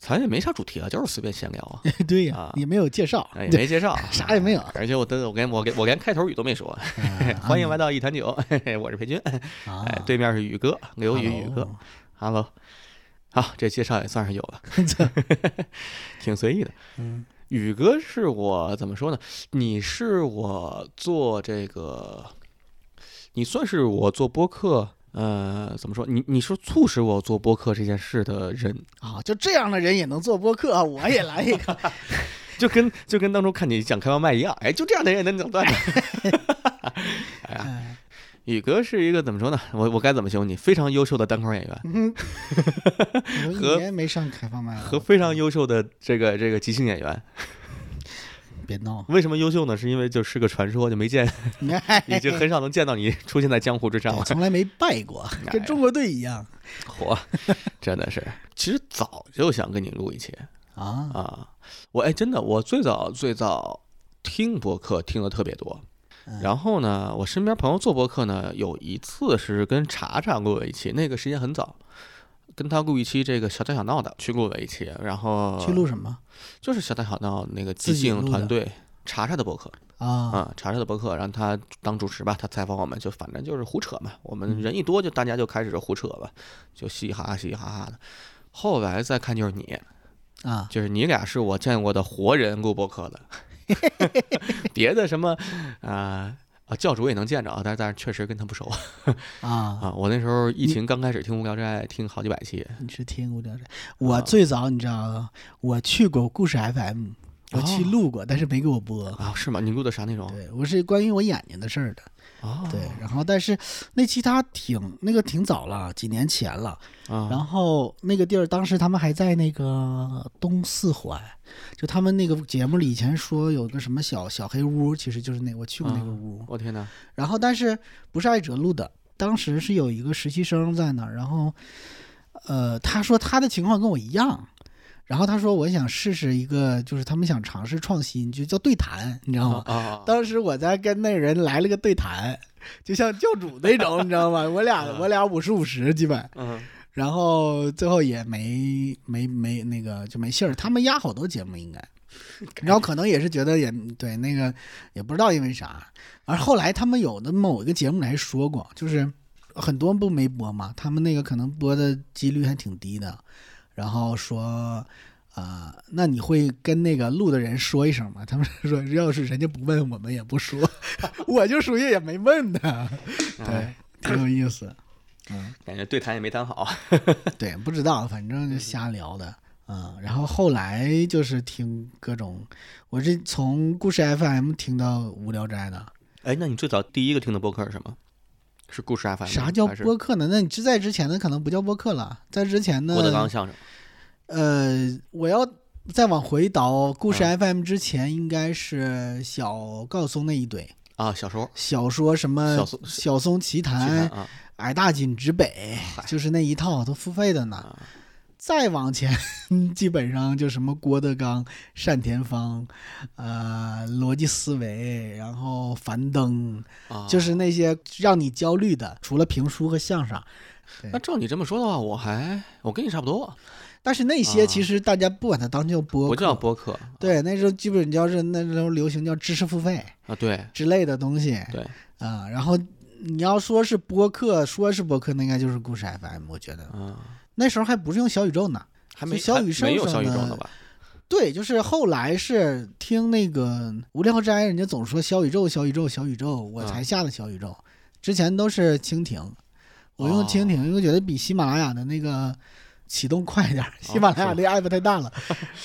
Speaker 1: 咱也没啥主题啊，就是随便闲聊啊，
Speaker 2: 对呀
Speaker 1: 啊，
Speaker 2: 也没有介绍，
Speaker 1: 哎也
Speaker 2: 对
Speaker 1: 没介绍，
Speaker 2: 啥也没 有，啊
Speaker 1: 而且我都我连我连我连开头语都没说。欢迎来到一坛酒，嘿嘿我是裴军，
Speaker 2: 啊
Speaker 1: 哎，，对面是宇哥，刘宇宇哥
Speaker 2: Hello
Speaker 1: ，Hello。好，这介绍也算是有 了，挺随意的。
Speaker 2: 嗯，
Speaker 1: 宇哥是我怎么说呢？你是我做这个，你算是我做播客，呃，怎么说？你你是促使我做播客这件事的人，
Speaker 2: 啊，就这样的人也能做播客，我也来一个。
Speaker 1: 就跟就跟当初看你讲开放麦一样，哎，就这样的人也能讲段子。哎呀，
Speaker 2: 哎
Speaker 1: 宇哥是一个怎么说呢？我我该怎么形容你？非常优秀的单口演员。
Speaker 2: 嗯，哎我一
Speaker 1: 和
Speaker 2: 年没上开放麦了，
Speaker 1: 和非常优秀的这个这个即兴演员，
Speaker 2: 别 闹，
Speaker 1: 为什么优秀呢？是因为就是个传说，就没见， 已经很少能见到你 出现在江湖之上
Speaker 2: 我
Speaker 1: 了。
Speaker 2: 从来没败过，
Speaker 1: 哎
Speaker 2: 跟中国队一样
Speaker 1: 火，真的是。其实早就想跟你录一期
Speaker 2: 啊。
Speaker 1: 啊，我哎，真的，我最早最早听播客听的特别多。然后呢，我身边朋友做播客呢，有一次是跟查查录了一期，那个时间很早，跟他录一期这个小打小闹的，去录了一期，然后
Speaker 2: 去录什么
Speaker 1: 就是小打小闹那个
Speaker 2: 自
Speaker 1: 即
Speaker 2: 己录
Speaker 1: 兴
Speaker 2: 的
Speaker 1: 团队查查的播客，
Speaker 2: 啊？
Speaker 1: 啊，查查的博客，让他当主持吧，他采访我们，就反正就是胡扯嘛。我
Speaker 2: 嗯
Speaker 1: 们人一多，就大家就开始胡扯吧，就嘻嘻哈哈、嘻嘻哈哈的。后来再看就是你，
Speaker 2: 啊，
Speaker 1: 就是你俩是我见过的活人录播客的， 别的什么啊啊、教主也能见着，啊，但是但是确实跟他不熟
Speaker 2: 啊！
Speaker 1: 啊。我那时候疫情刚开始听无聊斋，听好几百期啊
Speaker 2: 啊你是听无聊斋？我最早你知道，我去过故事 FM，我去
Speaker 1: 哦
Speaker 2: 录过，但是没给我播。
Speaker 1: 啊，是吗？你录的啥内容？
Speaker 2: 对，我是关于我眼睛的事儿的。
Speaker 1: 啊，
Speaker 2: 对，然后但是那期他挺那个挺早了，几年前了。
Speaker 1: 啊，
Speaker 2: 然后那个地儿当时他们还在那个东四环，就他们那个节目里以前说有个什么小小黑屋，其实就是那我去过那个屋。
Speaker 1: 我天哪，
Speaker 2: 然后但是不是艾哲录的，当时是有一个实习生在那儿，然后呃他说他的情况跟我一样。然后他说：“我想试试一个，就是他们想尝试创新，就叫对谈，你知道吗？
Speaker 1: 啊啊，
Speaker 2: 哦当时我在跟那人来了个对谈，就像教主那种，你知道吗？我俩
Speaker 1: 嗯
Speaker 2: 我俩五十五十基本，
Speaker 1: 嗯
Speaker 2: 然后最后也没没没那个就没信儿。他们压好多节目应该，然后可能也是觉得也对那个也不知道因为啥。而后来他们有的某一个节目里还说过，就是很多不没播嘛，他们那个可能播的几率还挺低的。然后说。啊、那你会跟那个录的人说一声吗？他们说，要是人家不问，我们也不说。 我就属于也没问他，对
Speaker 1: 哎，
Speaker 2: 挺有意思。
Speaker 1: 感觉对谈也没谈好。
Speaker 2: 对，不知道，反正就瞎聊的。嗯，然后后来就是听各种，我是从故事 FM 听到无聊斋的。
Speaker 1: 哎，那你最早第一个听的播客是什么？是故事 FM 吗。
Speaker 2: 啥叫
Speaker 1: 还是
Speaker 2: 播客呢？那你之在之前的可能不叫播客了，在之前呢
Speaker 1: 郭，德纲相声？
Speaker 2: 呃，我要再往回倒，故
Speaker 1: 嗯
Speaker 2: 事 FM 之前应该是小高松那一堆
Speaker 1: 啊，小时候
Speaker 2: 小说，什么
Speaker 1: 小松
Speaker 2: 小松奇
Speaker 1: 去
Speaker 2: 谈
Speaker 1: 看、啊，
Speaker 2: 矮大紧直北，就是那一套都付费的呢。
Speaker 1: 啊
Speaker 2: 再往前，基本上就什么郭德纲、单田芳，呃，逻辑思维，然后樊登，
Speaker 1: 啊
Speaker 2: 就是那些让你焦虑的，除了评书和相声。哎
Speaker 1: 那照你这么说的话，我还我跟你差不多，
Speaker 2: 但是那些
Speaker 1: 啊
Speaker 2: 其实大家不管它当叫播
Speaker 1: 不
Speaker 2: 客，
Speaker 1: 叫播客
Speaker 2: 对，那时候基本叫是那时候流行叫知识付费
Speaker 1: 啊，对
Speaker 2: 之类的东西
Speaker 1: 对，
Speaker 2: 啊、然后你要说是播客，说是播客，那应该就是故事 FM，我觉得
Speaker 1: 啊，
Speaker 2: 那时候还不是用小宇宙呢。
Speaker 1: 还没
Speaker 2: 就小
Speaker 1: 还
Speaker 2: 宇宙
Speaker 1: 没有
Speaker 2: 上
Speaker 1: 小宇宙
Speaker 2: 的
Speaker 1: 呢吧？
Speaker 2: 对，就是后来是听那个《无聊斋》，人家总说小宇宙、小宇宙、小宇宙，我
Speaker 1: 嗯
Speaker 2: 才下的小宇宙。之前都是蜻蜓，我
Speaker 1: 哦
Speaker 2: 用蜻蜓，因为觉得比喜马拉雅的那个启动快 一点儿，喜马拉雅
Speaker 1: 哦是
Speaker 2: 那个 app 太 大了，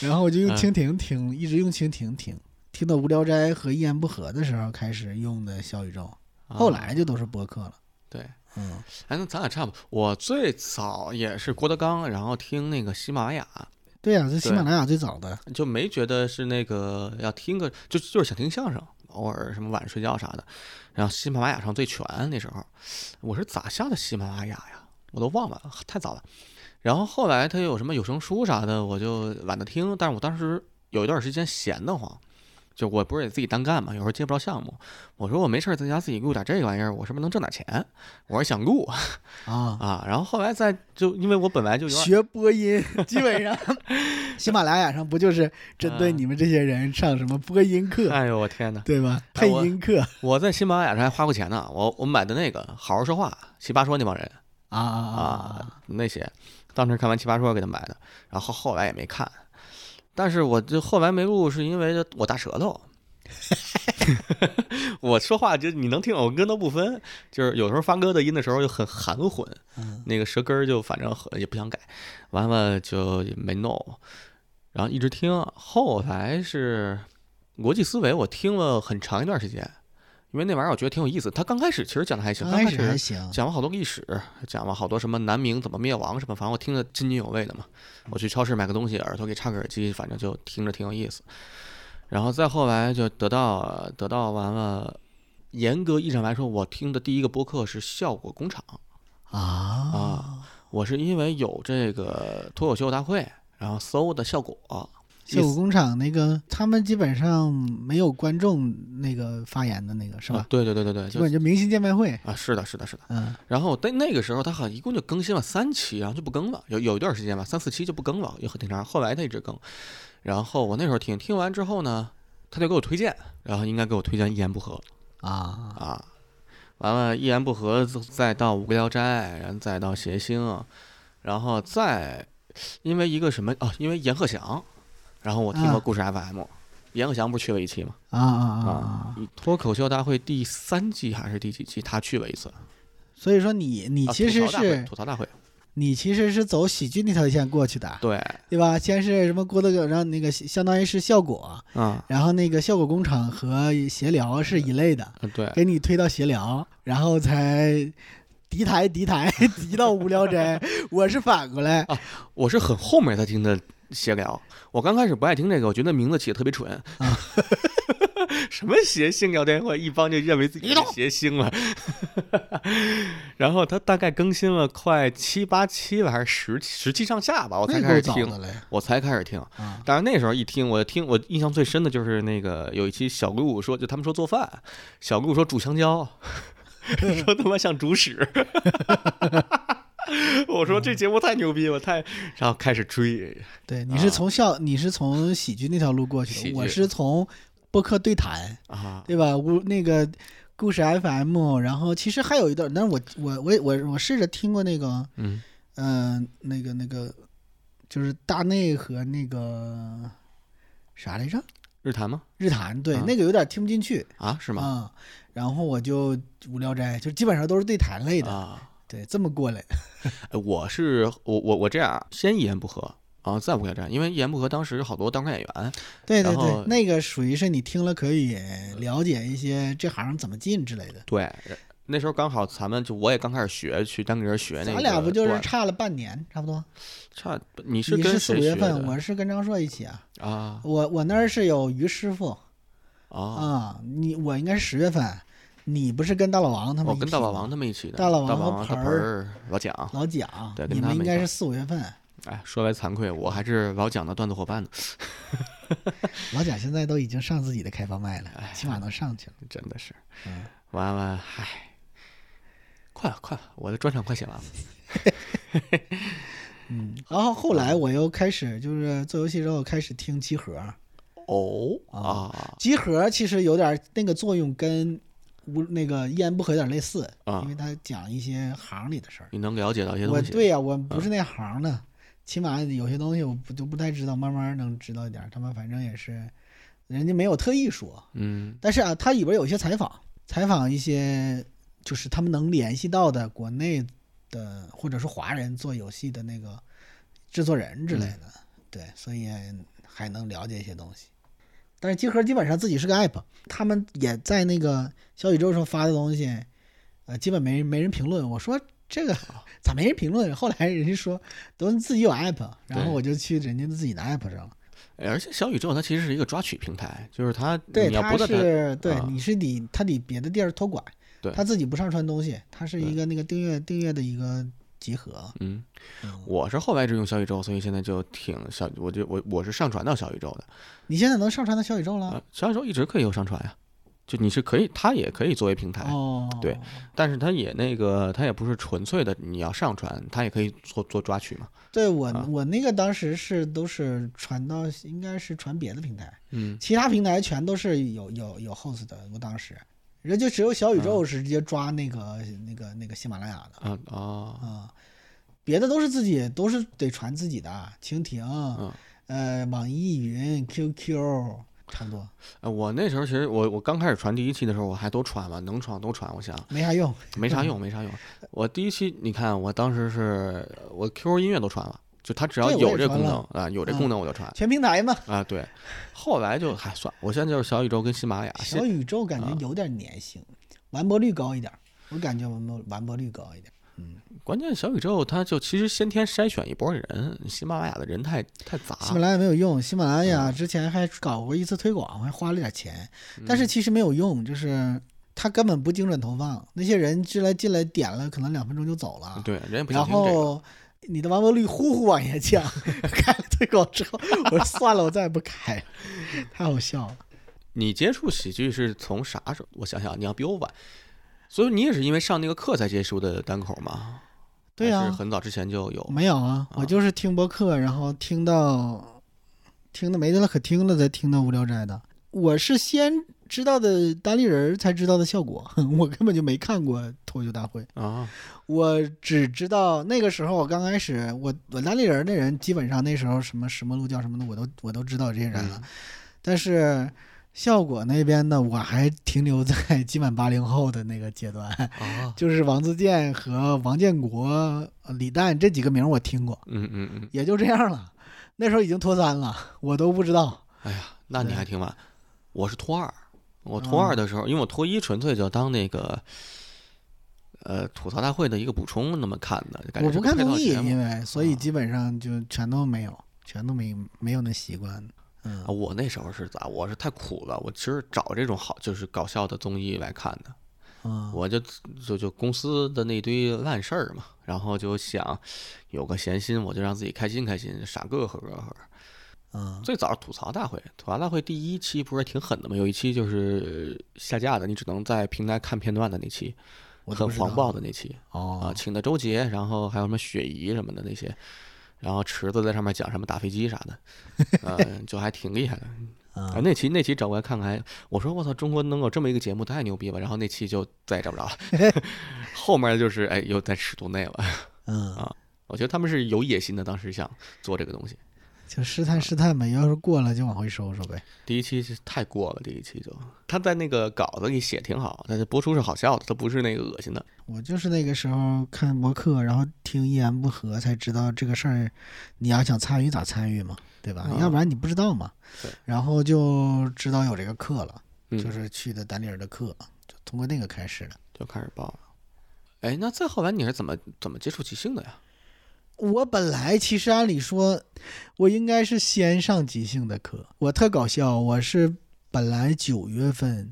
Speaker 2: 然后我就用
Speaker 1: 嗯
Speaker 2: 蜻蜓听，一直用蜻蜓听，听到《无聊斋》和《一言不合》的时候开始用的小宇宙，
Speaker 1: 啊
Speaker 2: 后来就都是播客了。
Speaker 1: 对，
Speaker 2: 嗯，
Speaker 1: 哎，那咱俩差不多。我最早也是郭德纲，然后听那个喜马拉雅，
Speaker 2: 对呀、这喜马拉雅最早的。
Speaker 1: 就没觉得是那个要听个，就就是想听相声，偶尔什么晚上睡觉啥的。然后喜马拉雅上最全那时候，我是咋下的喜马拉雅呀？我都忘了，太早了。然后后来他有什么有声书啥的，我就懒得听。但是我当时有一段时间闲得慌，就我不是也自己单干嘛，有时候接不着项目。我说我没事儿在家自己录点这个玩意儿，我是不是能挣点钱？我是想录
Speaker 2: 啊，
Speaker 1: 啊。然后后来再就因为我本来就有点
Speaker 2: 学播音，基本 上喜马拉雅上不就是针对你们这些人上什么播音课，
Speaker 1: 哎呦我天哪！
Speaker 2: 对吧？
Speaker 1: 哎
Speaker 2: 配
Speaker 1: 我
Speaker 2: 音课
Speaker 1: 我在喜马拉雅上还花过钱呢，我我买的那个《好好说话》奇葩说那帮人
Speaker 2: 啊啊啊！
Speaker 1: 啊，那些当时看完奇葩说给他买的，然后后来也没看，但是我就后来没录是因为我大舌头。 我说话就你能听耳根都不分，就是有时候发哥的音的时候就很含混，
Speaker 2: 嗯
Speaker 1: 那个舌根儿就反正很也不想改，完了就也没弄，然后一直听。后来是逻辑思维，我听了很长一段时间，因为那玩意儿我觉得挺有意思。他刚开始其实讲的还行，
Speaker 2: 刚
Speaker 1: 刚
Speaker 2: 开
Speaker 1: 开
Speaker 2: 始
Speaker 1: 始
Speaker 2: 还行，
Speaker 1: 讲了好多历史，讲了好多什么南明怎么灭亡什么，反正我听得津津有味的嘛。我去超市买个东西，耳朵给插个耳机，反正就听着挺有意思。然后再后来就得到得到完了，严格意义上来说，我听的第一个播客是效果工厂。
Speaker 2: 啊，
Speaker 1: 我是因为有这个脱口秀大会，然后搜的效果，
Speaker 2: 效果工厂那个他们基本上没有观众那个发言的那个是
Speaker 1: 啊
Speaker 2: 吧？
Speaker 1: 对对对对对，
Speaker 2: 基
Speaker 1: 就
Speaker 2: 本就明星见面会，
Speaker 1: 啊，是的，是的，是的。
Speaker 2: 嗯
Speaker 1: 然后但那个时候他好像一共就更新了三期，然后就不更了，有有一段时间吧，三四期就不更了，也很挺长。后来他一直更，然后我那时候听听完之后呢，他就给我推荐，然后应该给我推荐一言不合
Speaker 2: 啊
Speaker 1: 啊，完了，一言不合再到无聊斋，然后再到谐星，然后再因为一个什么哦，因为阎鹤祥，然后我听
Speaker 2: 啊
Speaker 1: 过故事 FM，、阎鹤祥不是去了一期吗？
Speaker 2: 啊啊啊！，
Speaker 1: 脱口秀大会第三季还是第几季他去了一次？
Speaker 2: 所以说你你
Speaker 1: 啊
Speaker 2: 其实
Speaker 1: 吐槽大会
Speaker 2: 是
Speaker 1: 吐槽大会
Speaker 2: 你其实是走喜剧那条线过去的，
Speaker 1: 对，
Speaker 2: 对吧？先是什么郭德纲，然后那个相当于是效果，
Speaker 1: 啊、
Speaker 2: 然后那个效果工厂和闲聊是一类的，
Speaker 1: 嗯，对，
Speaker 2: 给你推到闲聊，然后才敌台敌台敌到无聊斋。我是反过来，
Speaker 1: 我是很后面才听的闲聊，我刚开始不爱听这个，我觉得名字起的特别蠢。
Speaker 2: 啊
Speaker 1: 什么谐星聊天会，一帮就认为自己是谐星了。 然后他大概更新了快七八期吧，还是十十期上下吧，我哦才开
Speaker 2: 那够
Speaker 1: 始
Speaker 2: 早
Speaker 1: 听
Speaker 2: 的。了呀。
Speaker 1: 我才开始听，
Speaker 2: 啊，
Speaker 1: 当然那时候一听，我听我印象最深的就是那个有一期小鹿说，就他们说做饭，小鹿说煮香蕉， 说他妈像煮屎。 我说这节目太牛逼，我太，然后开始追，
Speaker 2: 对，你是从笑，你是从喜剧那条路过
Speaker 1: 啊喜
Speaker 2: 去
Speaker 1: 剧
Speaker 2: 的，我是从播客对谈，
Speaker 1: 啊，
Speaker 2: 对吧？我那个故事 FM，然后其实还有一段，但是我我我我我试着听过那个，
Speaker 1: 嗯，
Speaker 2: 嗯、那个那个就是大内和那个啥来着，
Speaker 1: 日坛吗？
Speaker 2: 日坛，对，
Speaker 1: 啊
Speaker 2: 那个有点听不进去，
Speaker 1: 啊，是吗？
Speaker 2: 啊、然后我就无聊斋，就基本上都是对谈类的，
Speaker 1: 啊，
Speaker 2: 对，这么过来的。
Speaker 1: 哎我是我我我这样，先一言不合啊，再不开战，因为一言不合当时有好多单口演员，
Speaker 2: 对对
Speaker 1: 然后
Speaker 2: 对，那个属于是你听了可以了解一些这行怎么进之类的。
Speaker 1: 对，那时候刚好咱们就我也刚开始学去单口学那个段，
Speaker 2: 咱俩不就是差了半年，差不多。
Speaker 1: 差？你是
Speaker 2: 你
Speaker 1: 跟
Speaker 2: 是四
Speaker 1: 谁
Speaker 2: 五
Speaker 1: 学
Speaker 2: 月
Speaker 1: 的
Speaker 2: 份，我是跟张硕一起啊。
Speaker 1: 啊
Speaker 2: 我我那儿是有于师傅
Speaker 1: 啊。
Speaker 2: 啊、你我应该是十月份，你不是跟大老王他们
Speaker 1: 我
Speaker 2: 一
Speaker 1: 哦跟
Speaker 2: 起
Speaker 1: 大老
Speaker 2: 吗
Speaker 1: 王他们一起的，
Speaker 2: 大老王
Speaker 1: 大
Speaker 2: 和
Speaker 1: 王、大
Speaker 2: 盆
Speaker 1: 盆儿、老蒋。
Speaker 2: 老蒋
Speaker 1: 对，跟
Speaker 2: 你
Speaker 1: 他
Speaker 2: 们应
Speaker 1: 们一
Speaker 2: 该
Speaker 1: 块
Speaker 2: 是四五月份。
Speaker 1: 哎，说来惭愧，我还是老蒋的段子伙伴呢，
Speaker 2: 老蒋现在都已经上自己的开放麦了
Speaker 1: 哎，
Speaker 2: 起码能上去了。
Speaker 1: 真的是。
Speaker 2: 嗯
Speaker 1: 完完，嗨，快了快了，我的专场快写完了。
Speaker 2: 嗯，然后后来我又开始就是做游戏之后开始听集合，
Speaker 1: 哦啊
Speaker 2: 啊集合其实有点那个作用跟无那个一言不合有点类似，因
Speaker 1: 啊！
Speaker 2: 为它讲一些行里的事儿。
Speaker 1: 你能了解到一些
Speaker 2: 我
Speaker 1: 东西。啊
Speaker 2: 对呀、我不是那行的，起码有些东西我不就不太知道，慢慢能知道一点儿。他们反正也是，人家没有特意说，
Speaker 1: 嗯
Speaker 2: 但是啊，它里边有一些采访，采访一些就是他们能联系到的国内的或者是华人做游戏的那个制作人之类的，
Speaker 1: 嗯
Speaker 2: 对，所以还能了解一些东西。但是集合基本上自己是个 app，他们也在那个小宇宙上发的东西，呃，基本没人没人评论。我说这个咋没人评论？后来人家说都自己有 app，然后
Speaker 1: 对
Speaker 2: 我就去人家自己的 app 上了。
Speaker 1: 哎而且小宇宙它其实是一个抓取平台，就是它
Speaker 2: 对，
Speaker 1: 你要
Speaker 2: 他
Speaker 1: 不断的
Speaker 2: 是对
Speaker 1: 啊
Speaker 2: 你是得他得别的地儿托管，
Speaker 1: 对
Speaker 2: 他自己不上传东西，他是
Speaker 1: 对
Speaker 2: 一个那个订阅订阅的一个集合。
Speaker 1: 嗯，
Speaker 2: 嗯
Speaker 1: 我是后来一直用小宇宙，所以现在就挺小，我就我我是上传到小宇宙的。
Speaker 2: 你现在能上传到小宇宙了？
Speaker 1: 啊，小宇宙一直可以有上传呀，就你是可以，它也可以作为平台。
Speaker 2: 哦，
Speaker 1: 哎对，但是它也那个，它也不是纯粹的，你要上传，它也可以做做抓取嘛。
Speaker 2: 对我、
Speaker 1: 啊
Speaker 2: 我那个当时是都是传到应该是传别的平台，
Speaker 1: 嗯，
Speaker 2: 其他平台全都是有有有 host 的。我当时人就只有小宇
Speaker 1: 嗯
Speaker 2: 宙是直接抓那个、那个那个喜马拉雅的
Speaker 1: 啊啊，
Speaker 2: 啊、别的都是自己都是得传自己的，啊蜻蜓。
Speaker 1: 嗯，
Speaker 2: 呃，网易云、QQ 差不多，
Speaker 1: 呃我那时候其实我我刚开始传第一期的时候，我还都传嘛，能传都传，我想
Speaker 2: 没啥用。
Speaker 1: 没啥用，没啥用。我第一期你看，我当时是我 QQ 音乐都传了，就它只要
Speaker 2: 对我
Speaker 1: 有
Speaker 2: 也
Speaker 1: 这
Speaker 2: 传
Speaker 1: 功
Speaker 2: 了
Speaker 1: 能啊，有这
Speaker 2: 嗯
Speaker 1: 功能我就传
Speaker 2: 全平台嘛，
Speaker 1: 啊。对，后来就嗨算了，我现在就是小宇宙跟喜马拉雅。
Speaker 2: 小
Speaker 1: 现
Speaker 2: 宇宙感觉
Speaker 1: 啊
Speaker 2: 有点粘性，完播率高一点儿。我感觉完播完播率高一点儿。
Speaker 1: 关键小宇宙它就其实先天筛选一波人，喜马拉雅的人太太杂
Speaker 2: 喜马拉雅没有用，喜马拉
Speaker 1: 嗯
Speaker 2: 雅之前还搞过一次推广，还花了点钱，但是其实没有用，就是它根本不精准投放，那些人进来进来点了，可能两分钟就走了。
Speaker 1: 对，人也不想
Speaker 2: 然
Speaker 1: 听这个。
Speaker 2: 后你的完播率呼呼往下降， 开了推广之后，我说算了，我再也不开了，太好笑了。
Speaker 1: 你接触喜剧是从啥时候？我想想，你要比我晚，所以你也是因为上那个课才接触的单口吗？
Speaker 2: 对啊
Speaker 1: 呀、是
Speaker 2: 呀
Speaker 1: 很早之前就有。
Speaker 2: 没有啊，
Speaker 1: 啊
Speaker 2: 我就是听播客，然后听到听的没得了可听了，才听到《无聊斋》的。我是先知道的单立人儿，才知道的效果， 我根本就没看过脱口秀大会，
Speaker 1: 啊，
Speaker 2: 我只知道那个时候我刚开始，我我单立人儿的人基本上那时候什么什么路叫什么的，我都我都知道这些人了，但是效果那边呢，我还停留在 基本八零后的那个阶段，
Speaker 1: 啊，
Speaker 2: 就是王自健和王建国、呃李诞这几个名儿我听过，
Speaker 1: 嗯嗯嗯，
Speaker 2: 也就这样了。那时候已经脱三了，我都不知道。
Speaker 1: 哎呀，那你
Speaker 2: 对嗯
Speaker 1: 还挺晚，我是脱二，我脱二的时候，因为我脱一纯粹就当那个。呃，吐槽大会的一个补充，那么看的，感觉
Speaker 2: 我
Speaker 1: 是
Speaker 2: 不
Speaker 1: 个
Speaker 2: 看
Speaker 1: 配套
Speaker 2: 综艺，
Speaker 1: 节目
Speaker 2: 因为所以
Speaker 1: 啊
Speaker 2: 基本上就全都没有，全都没没有那习惯。嗯
Speaker 1: 啊，，我那时候是咋？我是太苦了，我其实找这种好就是搞笑的综艺来看的。
Speaker 2: 嗯
Speaker 1: 我就就就公司的那堆烂事儿嘛，然后就想有个闲心，我就让自己开心开心，傻乐呵乐呵。
Speaker 2: 嗯
Speaker 1: 最早是吐槽大会，吐槽大会第一期不是挺狠的吗？有一期就是下架的，你只能在平台看片段的那期，
Speaker 2: 我都
Speaker 1: 很
Speaker 2: 不知道
Speaker 1: 黄暴的那期啊，
Speaker 2: 哦，
Speaker 1: 请的周杰，然后还有什么雪姨什么的那些，然后池子在上面讲什么打飞机啥 的，嗯，就还挺厉害的。啊，
Speaker 2: 嗯，
Speaker 1: 那期那期找过来看看，还我说我操，中国能有这么一个节目太牛逼了，然后那期就再也找不着了， 后面就是哎又在尺度内了。
Speaker 2: 嗯，
Speaker 1: 我觉得他们是有野心的，当时想做这个东西。
Speaker 2: 就试探试探呗，要是过了就往回收收呗。
Speaker 1: 第一期是太过了，第一期就他在那个稿子里写挺好，但是播出是好笑的，他不是那个恶心的。
Speaker 2: 我就是那个时候看博客，然后听一言不合才知道这个事儿，你要想参与咋参与嘛，对吧？
Speaker 1: 啊
Speaker 2: 要不然你不知道嘛
Speaker 1: 对。
Speaker 2: 然后就知道有这个课了，
Speaker 1: 嗯，
Speaker 2: 就是去的丹尼尔的课，就通过那个开始的。
Speaker 1: 就开始爆了。哎，那再后来你是怎么怎么接触即兴的呀？
Speaker 2: 我本来其实按理说，我应该是先上即兴的课。我特搞笑，我是本来九月份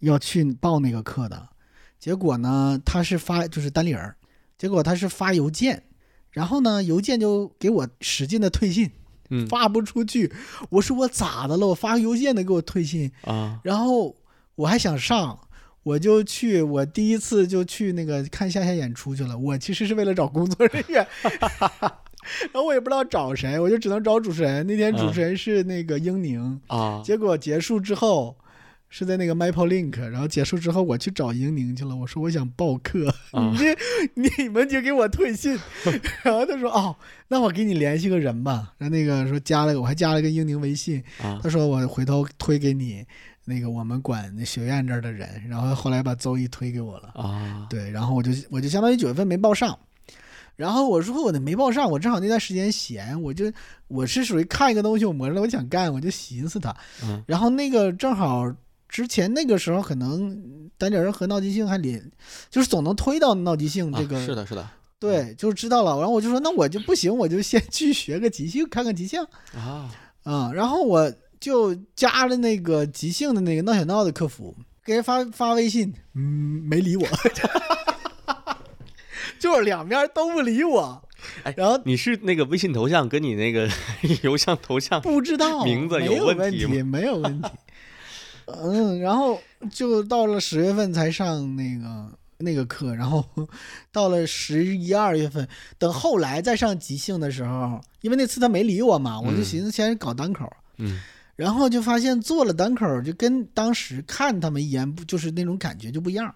Speaker 2: 要去报那个课的，结果呢，他是发就是单立人儿，结果他是发邮件，然后呢，邮件就给我使劲的退信，
Speaker 1: 嗯
Speaker 2: 发不出去。我说我咋的了？我发个邮件的给我退信，
Speaker 1: 啊，
Speaker 2: 然后我还想上，我就去，我第一次就去那个看夏夏演出去了。我其实是为了找工作人员， 然后我也不知道找谁，我就只能找主持人。那天主持人是那个英宁，
Speaker 1: 啊，
Speaker 2: 结果结束之后。是在那个 Maple Link，然后结束之后，我去找英宁去了。我说我想报课，
Speaker 1: 啊
Speaker 2: 你这你们就给我退信。 然后他说哦，那我给你联系个人吧。然后那个说加了个，我还加了个英宁微信。
Speaker 1: 啊
Speaker 2: 他说我回头推给你那个我们管那学院这儿的人，然后后来把邹毅推给我了，
Speaker 1: 啊，
Speaker 2: 对，然后我就我就相当于九月份没报上，然后我说我那没报上，我正好那段时间闲，我就我是属于看一个东西我磨了我想干，我就寻思它，
Speaker 1: 嗯
Speaker 2: 然后那个正好。之前那个时候，可能单点人和闹即兴还连，就是总能推到闹即兴
Speaker 1: 啊
Speaker 2: 这个、
Speaker 1: 是的，嗯是的
Speaker 2: 对，就知道了。然后我就说，那我就不行，我就先 去学个即兴，看看即兴。
Speaker 1: 啊，
Speaker 2: 啊、然后我就加了那个即兴的那个闹小闹的客服，给人发发微信，嗯，没理我， 就是两边都不理我
Speaker 1: 哎，
Speaker 2: 然后
Speaker 1: 你是那个微信头像跟你那个 邮箱头像
Speaker 2: 不知道
Speaker 1: 名字
Speaker 2: 没
Speaker 1: 有
Speaker 2: 有
Speaker 1: 问
Speaker 2: 问
Speaker 1: 题
Speaker 2: 题，没有问 题，嗯，然后就到了十月份才上那个。那个课，然后 到了十一二月份，等后来再上即兴的时候，因为那次他没理我嘛，我就
Speaker 1: 嗯
Speaker 2: 寻思先搞单口，
Speaker 1: 嗯
Speaker 2: 然后就发现做了单口儿，就跟当时看他们一言不就是那种感觉就不一样。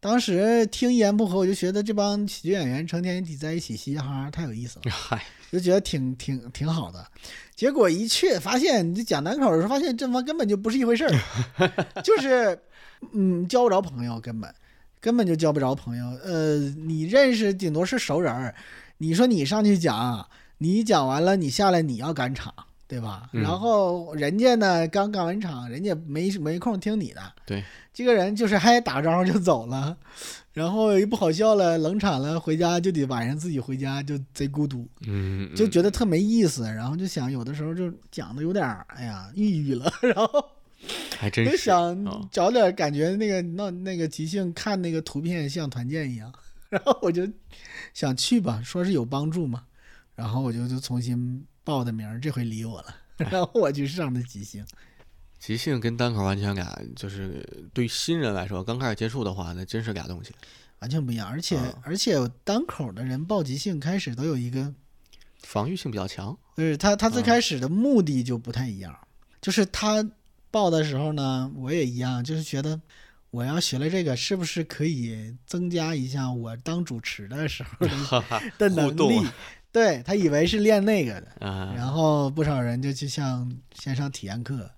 Speaker 2: 当时听一言不合，我就觉得这帮喜剧演员成天挤在一起嘻嘻哈哈，太有意思了，
Speaker 1: 嗨，
Speaker 2: 就觉得挺挺挺好的。结果一去发现，你讲单口儿的时候，发现这帮根本就不是一回事儿， 就是嗯，交不着朋友，根本根本就交不着朋友。呃，你认识顶多是熟人儿，你说你上去讲，你讲完了，你下来你要赶场，对吧？
Speaker 1: 嗯
Speaker 2: 然后人家呢刚赶完场，人家没没空听你的。
Speaker 1: 对，
Speaker 2: 这个人就是嗨打招呼就走了，然后一不好笑了，冷场了，回家就得晚上自己回家就贼孤 独，
Speaker 1: 嗯，
Speaker 2: 就
Speaker 1: 嗯
Speaker 2: 觉得特没意思。然后就想有的时候就讲的有点儿哎呀抑郁了， 然后。
Speaker 1: 还真
Speaker 2: 就是想
Speaker 1: 哦
Speaker 2: 找点感觉，那个那那个即兴看那个图片像团建一样， 然后我就想去吧，说是有帮助嘛，然后我就就重新报的名儿，这回理我了， 然后我去上的即兴，
Speaker 1: 即兴跟单口完全俩，就是对新人来说，刚开始接触的话，那真是俩东西。
Speaker 2: 完全不一样，而且、
Speaker 1: 啊
Speaker 2: 而且单口的人报即兴开始都有一个，
Speaker 1: 防御性比较强，
Speaker 2: 就是他他最
Speaker 1: 啊
Speaker 2: 开始的目的就不太一样，就是他报的时候呢，我也一样，就是觉得。我要学了这个，是不是可以增加一下我当主持的时候的
Speaker 1: 哈哈，
Speaker 2: 的
Speaker 1: 互
Speaker 2: 能
Speaker 1: 动
Speaker 2: 力，嗯对他以为是练那个的，
Speaker 1: 啊，
Speaker 2: 然后不少人就去上先上体验课，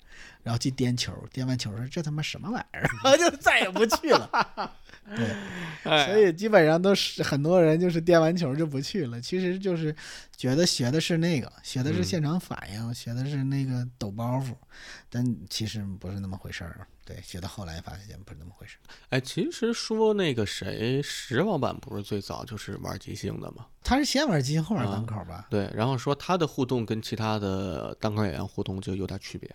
Speaker 2: 然后去颠球，颠完球说这他妈什么玩意儿， 然后就再也不去了。
Speaker 1: 哎
Speaker 2: 所以基本上都是很多人就是颠完球就不去了，其实就是觉得学的是那个，学的
Speaker 1: 嗯
Speaker 2: 是现场反应，学的是那个抖包袱，但其实不是那么回事儿。啊对，学到后来发现不是那么回事儿。
Speaker 1: 哎，其实说那个谁，石老板不是最早就是玩即兴的吗？
Speaker 2: 他是先玩金后玩单口吧？
Speaker 1: 对，然后说他的互动跟其他的单口演员互动就有点区别。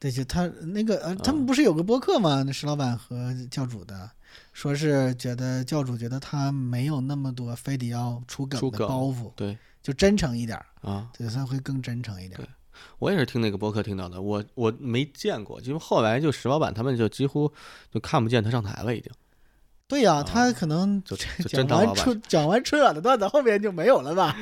Speaker 2: 对，就他那个
Speaker 1: 啊
Speaker 2: 呃，他们不是有个播客吗？那石老板和教主的，说是觉得教主觉得他没有那么多非得要出梗
Speaker 1: 出
Speaker 2: 的
Speaker 1: 梗
Speaker 2: 包袱，
Speaker 1: 对
Speaker 2: 就真诚一点儿，
Speaker 1: 啊，
Speaker 2: 对，他会更真诚一点儿。
Speaker 1: 我也是听那个播客听到的，我我没见过，因为后来就石老板他们就几乎就看不见他上台了，已经。
Speaker 2: 对呀、
Speaker 1: 啊
Speaker 2: 他可能
Speaker 1: 就
Speaker 2: 讲
Speaker 1: 就
Speaker 2: 讲
Speaker 1: 真当老
Speaker 2: 完
Speaker 1: 板
Speaker 2: 春讲完春晚的段子，后边就没有了吧？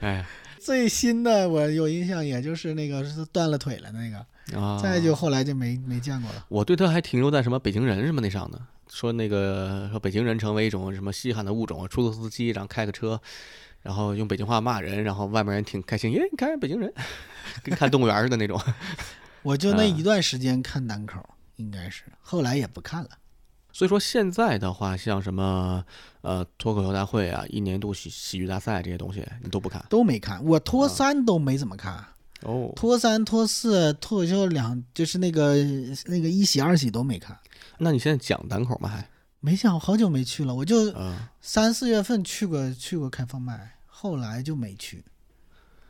Speaker 1: 哎
Speaker 2: 最新的我有印象，也就是那个是断了腿了那个，
Speaker 1: 啊，
Speaker 2: 再就后来就没没见过了。
Speaker 1: 我对他还停留在什么北京人什么那上呢，说那个说北京人成为一种什么稀罕的物种，出租车司机然后开个车，然后用北京话骂人，然后外面人挺开心，耶，你看北京人， 跟看动物园似的那种。
Speaker 2: 我就那
Speaker 1: 啊
Speaker 2: 一段时间看单口，应该是后来也不看了。
Speaker 1: 所以说现在的话，像什么呃脱口秀大会啊、一年一度喜喜剧大赛这些东西，你都不看
Speaker 2: 都没看，我脱
Speaker 1: 啊
Speaker 2: 三都没怎么看，
Speaker 1: 哦？
Speaker 2: 脱三、脱四、脱口秀两，就是那个那个一喜、二喜都没看，
Speaker 1: 那你现在讲单口吗？还
Speaker 2: 没想我好久没去了，我就
Speaker 1: 啊、
Speaker 2: 三四月份去过去过开放麦，后来就没去。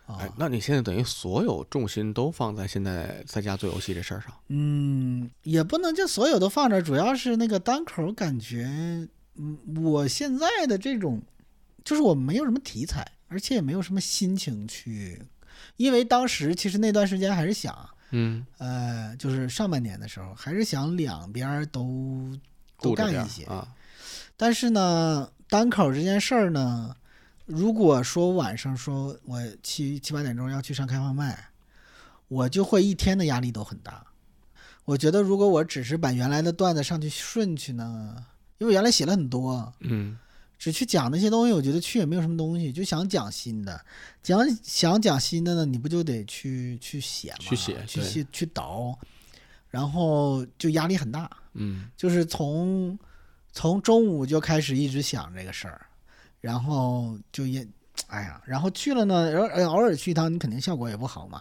Speaker 2: 啊、
Speaker 1: 哎那你现在等于所有重心都放在现在在家做游戏这事儿上，
Speaker 2: 嗯，也不能就所有都放这儿，主要是那个单口感觉，嗯，我现在的这种，就是我没有什么题材，而且也没有什么心情去，因为当时其实那段时间还是想，
Speaker 1: 嗯，
Speaker 2: 呃，就是上半年的时候，还是想两边儿都都
Speaker 1: 顾着
Speaker 2: 干
Speaker 1: 点
Speaker 2: 一
Speaker 1: 儿
Speaker 2: 些，
Speaker 1: 啊，
Speaker 2: 但是呢，单口这件事儿呢，如果说晚上说我七七八点钟要去上开放麦，我就会一天的压力都很大。我觉得如果我只是把原来的段子上去顺去呢，因为原来写了很多，
Speaker 1: 嗯。
Speaker 2: 只去讲那些东西，我觉得去也没有什么东西，就想讲新的，讲想讲新的呢，你不就得去去写吗？
Speaker 1: 去写
Speaker 2: 去
Speaker 1: 对
Speaker 2: 写去倒，然后就压力很大。
Speaker 1: 嗯
Speaker 2: 就是从从中午就开始一直想这个事儿，然后就也，哎呀，然后去了呢，偶尔偶尔去一趟，你肯定效果也不好嘛。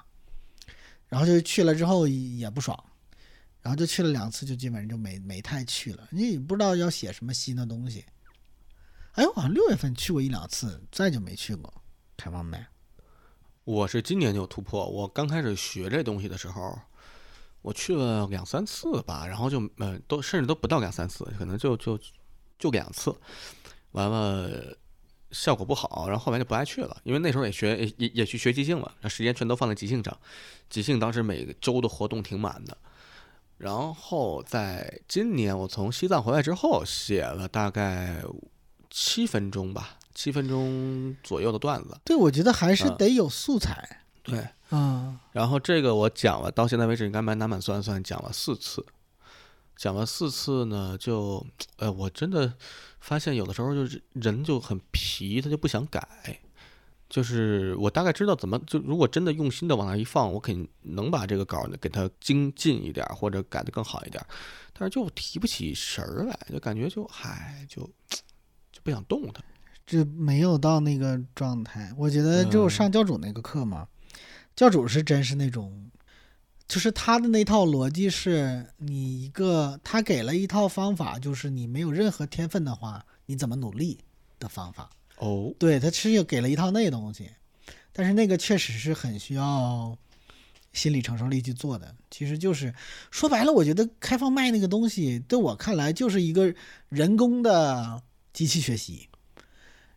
Speaker 2: 然后就去了之后也不爽，然后就去了两次，就基本上就没没太去了，你也不知道要写什么新的东西。哎，我好像六月份去过一两次，再就没去过开放麦。，
Speaker 1: 我是今年就突破。我刚开始学这东西的时候，我去了两三次吧，然后就呃都甚至都不到两三次，可能就就就两次，完了效果不好，然后后来就不爱去了，因为那时候也学也也也去学即兴了，那时间全都放在即兴上，即兴当时每个周的活动挺满的。然后在今年我从西藏回来之后，写了大概七分钟吧，七分钟左右的段子。
Speaker 2: 对，我觉得还是
Speaker 1: 嗯
Speaker 2: 得有素材
Speaker 1: 对，
Speaker 2: 啊。
Speaker 1: 然后这个我讲了，到现在为止，你刚才拿满算算讲了四次，讲了四次呢，就，呃，我真的发现有的时候就是人就很皮，他就不想改。就是我大概知道怎么，就如果真的用心的往那儿一放，我肯定能把这个稿儿呢给它精进一点儿，或者改得更好一点儿。但是就提不起神儿来，就感觉就嗨，就就不想动它。
Speaker 2: 这没有到那个状态。我觉得就
Speaker 1: 嗯
Speaker 2: 上教主那个课嘛，教主是真是那种，就是他的那套逻辑是你一个，他给了一套方法，就是你没有任何天分的话，你怎么努力的方法。
Speaker 1: 哦，
Speaker 2: 对他其实也给了一套那东西，但是那个确实是很需要心理承受力去做的。其实就是说白了，我觉得开放麦那个东西，对我看来就是一个人工的机器学习，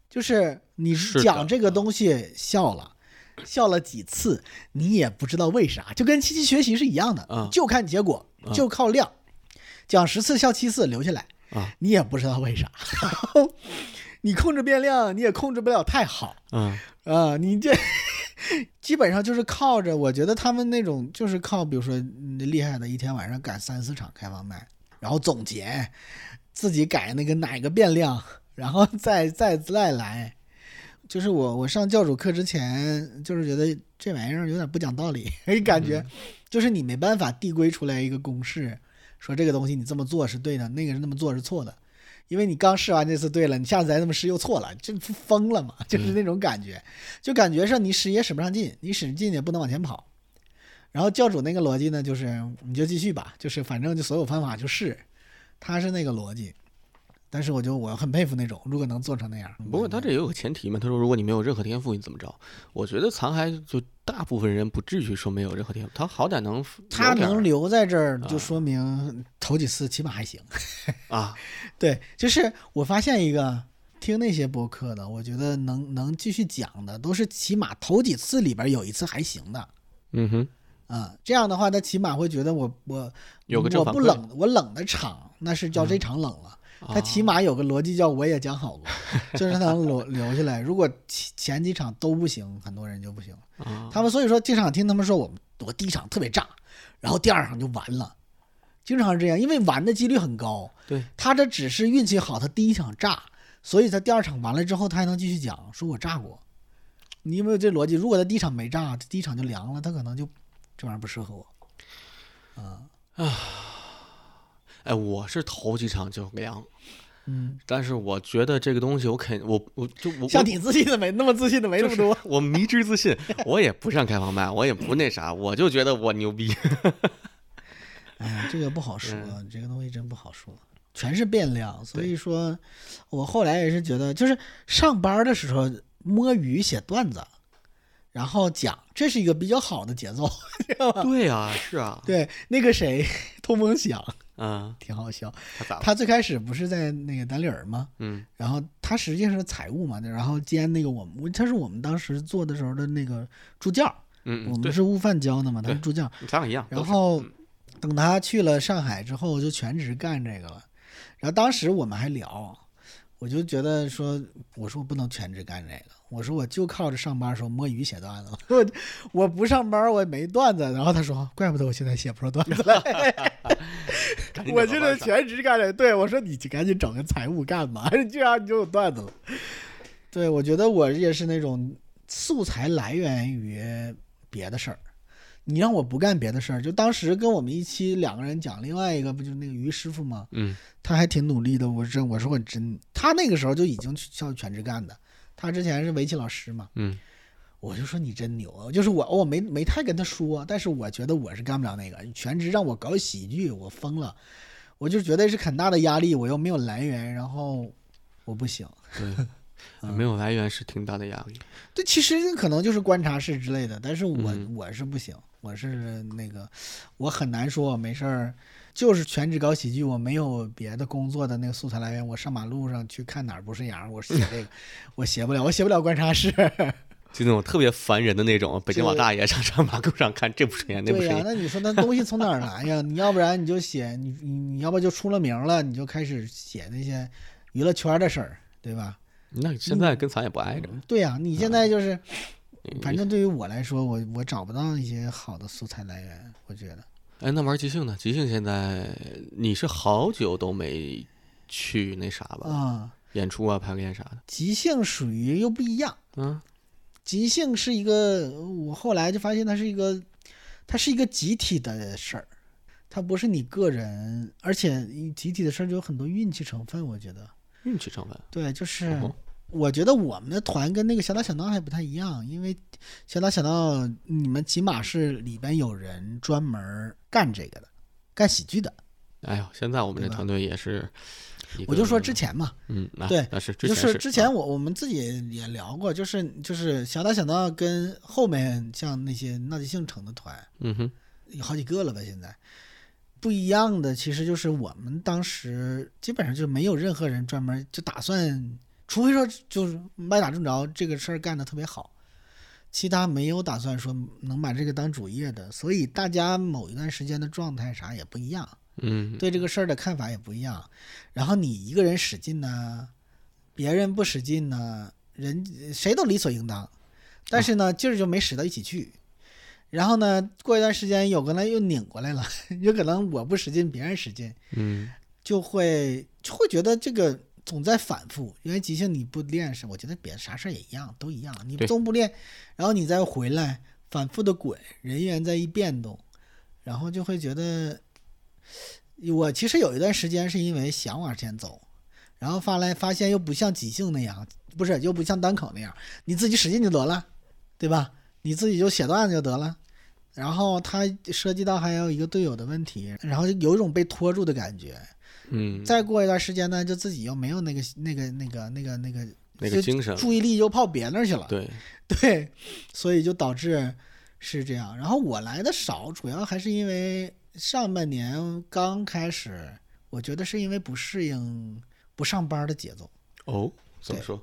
Speaker 2: 就是你
Speaker 1: 是的嗯
Speaker 2: 讲这个东西笑了。笑了几次，你也不知道为啥，就跟机器学习是一样的，
Speaker 1: 嗯
Speaker 2: 就看结果，
Speaker 1: 嗯
Speaker 2: 就靠量。讲十次笑七次，留下来，
Speaker 1: 啊
Speaker 2: 你也不知道为啥。 然后你控制变量，你也控制不了太好
Speaker 1: 嗯，
Speaker 2: 啊、你这 基本上就是靠着，我觉得他们那种就是靠，比如说嗯厉害的，一天晚上赶三四场开放麦，然后总结，自己改那个哪个变量，然后再再再来。就是我我上教主课之前，就是觉得这玩意儿有点不讲道理， 感觉就是你没办法递归出来一个公式，说这个东西你这么做是对的，那个那么做是错的，因为你刚试完这次对了，你下次再那么试又错了，这不疯了吗？就是那种感觉，就感觉上你使也使不上劲，你使劲也不能往前跑。然后教主那个逻辑呢，就是你就继续吧，就是反正就所有方法就试，他是那个逻辑。但是我就我很佩服那种，如果能做成那样，嗯
Speaker 1: 不过他这也有个前提嘛，他说如果你没有任何天赋，你怎么着？我觉得残骸就大部分人不至于说没有任何天赋，他好歹能
Speaker 2: 他
Speaker 1: 有点
Speaker 2: 能
Speaker 1: 儿
Speaker 2: 留在这儿，
Speaker 1: 啊
Speaker 2: 就说明头几次起码还行。
Speaker 1: 啊，
Speaker 2: 对，就是我发现一个听那些播客的，我觉得能能继续讲的，都是起码头几次里边有一次还行的。
Speaker 1: 嗯哼，
Speaker 2: 啊、这样的话，他起码会觉得我我
Speaker 1: 有个正
Speaker 2: 我
Speaker 1: 反
Speaker 2: 不
Speaker 1: 馈嗯啊
Speaker 2: 冷，我冷的场那是叫这场冷了。他起码有个逻辑叫我也 讲好过，就是他能留留下来。如果前前几场都不行，很多人就不行了。
Speaker 1: 啊
Speaker 2: 他们所以说经常听他们说我我第一场特别炸，然后第二场就完了，经常是这样，因为完的几率很高。
Speaker 1: 对，
Speaker 2: 他这只是运气好，他第一场炸，所以他第二场完了之后他还能继续讲，说我炸过。你有没有这逻辑？如果他第一场没炸，第一场就凉了，他可能就这玩意儿不适合我。
Speaker 1: 哎，我是头几场就凉，
Speaker 2: 嗯，
Speaker 1: 但是我觉得这个东西我肯我我就我
Speaker 2: 像你自信的没那么自信的没那么多。
Speaker 1: 我我迷之自 信，我也不上开放麦，我也不那啥，我就觉得我牛 逼。
Speaker 2: 哎呀，这个不好说，
Speaker 1: 嗯
Speaker 2: 这个东西真不好说，全是变量。所以说，我后来也是觉得，就是上班的时候摸鱼写段子，然后讲，这是一个比较好的节奏。
Speaker 1: 对啊，是啊，
Speaker 2: 对，那个谁，通风响
Speaker 1: 嗯，
Speaker 2: 挺好笑。
Speaker 1: 他咋了？
Speaker 2: 他最开始不是在那个单立人吗？
Speaker 1: 嗯
Speaker 2: 然后他实际上是财务嘛，然后兼那个我们，他是我们当时做的时候的那个助教，
Speaker 1: 嗯
Speaker 2: 我
Speaker 1: 嗯，对
Speaker 2: 们，是悟饭教的嘛，他是
Speaker 1: 对
Speaker 2: 助教。
Speaker 1: 咱俩一样。
Speaker 2: 然
Speaker 1: 都是嗯
Speaker 2: 后等他去了上海之后，就全职干这个了。然后当时我们还聊，我就觉得说，我说我不能全职干这个，我说我就靠着上班的时候摸鱼写段子， 我我不上班我也没段子。然后他说，怪不得我现在写不出段子来，
Speaker 1: 赶紧
Speaker 2: 我
Speaker 1: 找
Speaker 2: 现
Speaker 1: 到
Speaker 2: 在
Speaker 1: 班上
Speaker 2: 全职干这个。对我说，你赶紧找个财务干吧，这样你 就有段子了。对，我觉得我也是那种素材来源于别的事儿。你让我不干别的事儿，就当时跟我们一期两个人讲，另外一个不就是那个于师傅吗？
Speaker 1: 嗯，
Speaker 2: 他还挺努力的。我真我说我真，他那个时候就已经去校全职干的。他之前是围棋老师嘛，
Speaker 1: 嗯，
Speaker 2: 我就说你真牛啊！就是我我没没太跟他说，但是我觉得我是干不了那个全职，让我搞喜剧，我疯了。我就觉得是很大的压力，我又没有来源，然后我不行。 嗯
Speaker 1: 对，没有来源是挺大的压力。
Speaker 2: 对，其实可能就是观察室之类的，但是我、
Speaker 1: 嗯
Speaker 2: 我是不行，我是那个，我很难说我没事儿，就是全职搞喜剧，我没有别的工作的那个素材来源，我上马路上去看哪儿不是羊，我写这个，我写不了，我写不了观察室。
Speaker 1: 就那种特别烦人的那种，北京老大爷 上上马路上看这不顺眼那不
Speaker 2: 对
Speaker 1: 顺
Speaker 2: 呀、
Speaker 1: 眼，
Speaker 2: 那你说那东西从哪儿来呀？你要不然你就写你你你要不就出了名了，你就开始写那些娱乐圈的事儿，对吧？
Speaker 1: 那
Speaker 2: 嗯
Speaker 1: 现在跟咱也不挨着。
Speaker 2: 对呀、你现在就是，
Speaker 1: 你
Speaker 2: 反正对于我来说，我我找不到一些好的素材来源，我觉得。
Speaker 1: 哎，那玩即兴呢？即兴现在你是好久都没去那啥吧？
Speaker 2: 啊、
Speaker 1: 演出啊、排练啥的。
Speaker 2: 即兴属于又不一样。
Speaker 1: 嗯
Speaker 2: 即兴是一个，我后来就发现它是一个，它是一个集体的事儿，它不是你个人，而且集体的事儿就有很多运气成分。我觉得，
Speaker 1: 运气成分。
Speaker 2: 对，就是
Speaker 1: 哦
Speaker 2: 我觉得我们的团跟那个小打小闹还不太一样，因为小打小闹你们起码是里边有人专门干这个的，干喜剧的。
Speaker 1: 哎呦，现在我们这
Speaker 2: 对吧
Speaker 1: 团队也是一个，
Speaker 2: 我就说之前嘛，
Speaker 1: 嗯，那
Speaker 2: 对
Speaker 1: 那是之
Speaker 2: 就
Speaker 1: 前
Speaker 2: 是
Speaker 1: 是啊
Speaker 2: 之前我我们自己也聊过，就是就是小打小闹跟后面像那些闹剧性城的团
Speaker 1: 嗯哼，
Speaker 2: 有好几个了吧？现在不一样的其实就是我们当时基本上就没有任何人专门就打算，除非说就是歪打正着这个事儿干得特别好，其他没有打算说能把这个当主业的，所以大家某一段时间的状态啥也不一样。
Speaker 1: 嗯，
Speaker 2: 对这个事儿的看法也不一样。然后你一个人使劲呢，别人不使劲呢，人谁都理所应当。但是
Speaker 1: 啊
Speaker 2: 呢，劲儿就没使到一起去。然后呢，过一段时间有个呢又拧过来了， 有可能我不使劲，别人使劲，
Speaker 1: 嗯
Speaker 2: 就会就会觉得这个总在反复，因为即兴你不练是，我觉得别的啥事儿也一样，都一样。你
Speaker 1: 对
Speaker 2: 总不练，然后你再回来反复的滚，人员在一变动，然后就会觉得，我其实有一段时间是因为想往前走，然后发来发现又不像即兴那样，不是又不像单口那样，你自己使劲就得了，对吧？你自己就写段子就得了。然后他涉及到还有一个队友的问题，然后有一种被拖住的感觉，
Speaker 1: 嗯，
Speaker 2: 再过一段时间呢，就自己又没有那个那个那个那个那个
Speaker 1: 那个
Speaker 2: 就
Speaker 1: 精神，
Speaker 2: 注意力又跑别那儿去了。
Speaker 1: 对，
Speaker 2: 对，所以就导致是这样。然后我来的少，主要还是因为上半年刚开始，我觉得是因为不适应不上班的节奏，
Speaker 1: 哦，怎么
Speaker 2: 对
Speaker 1: 说？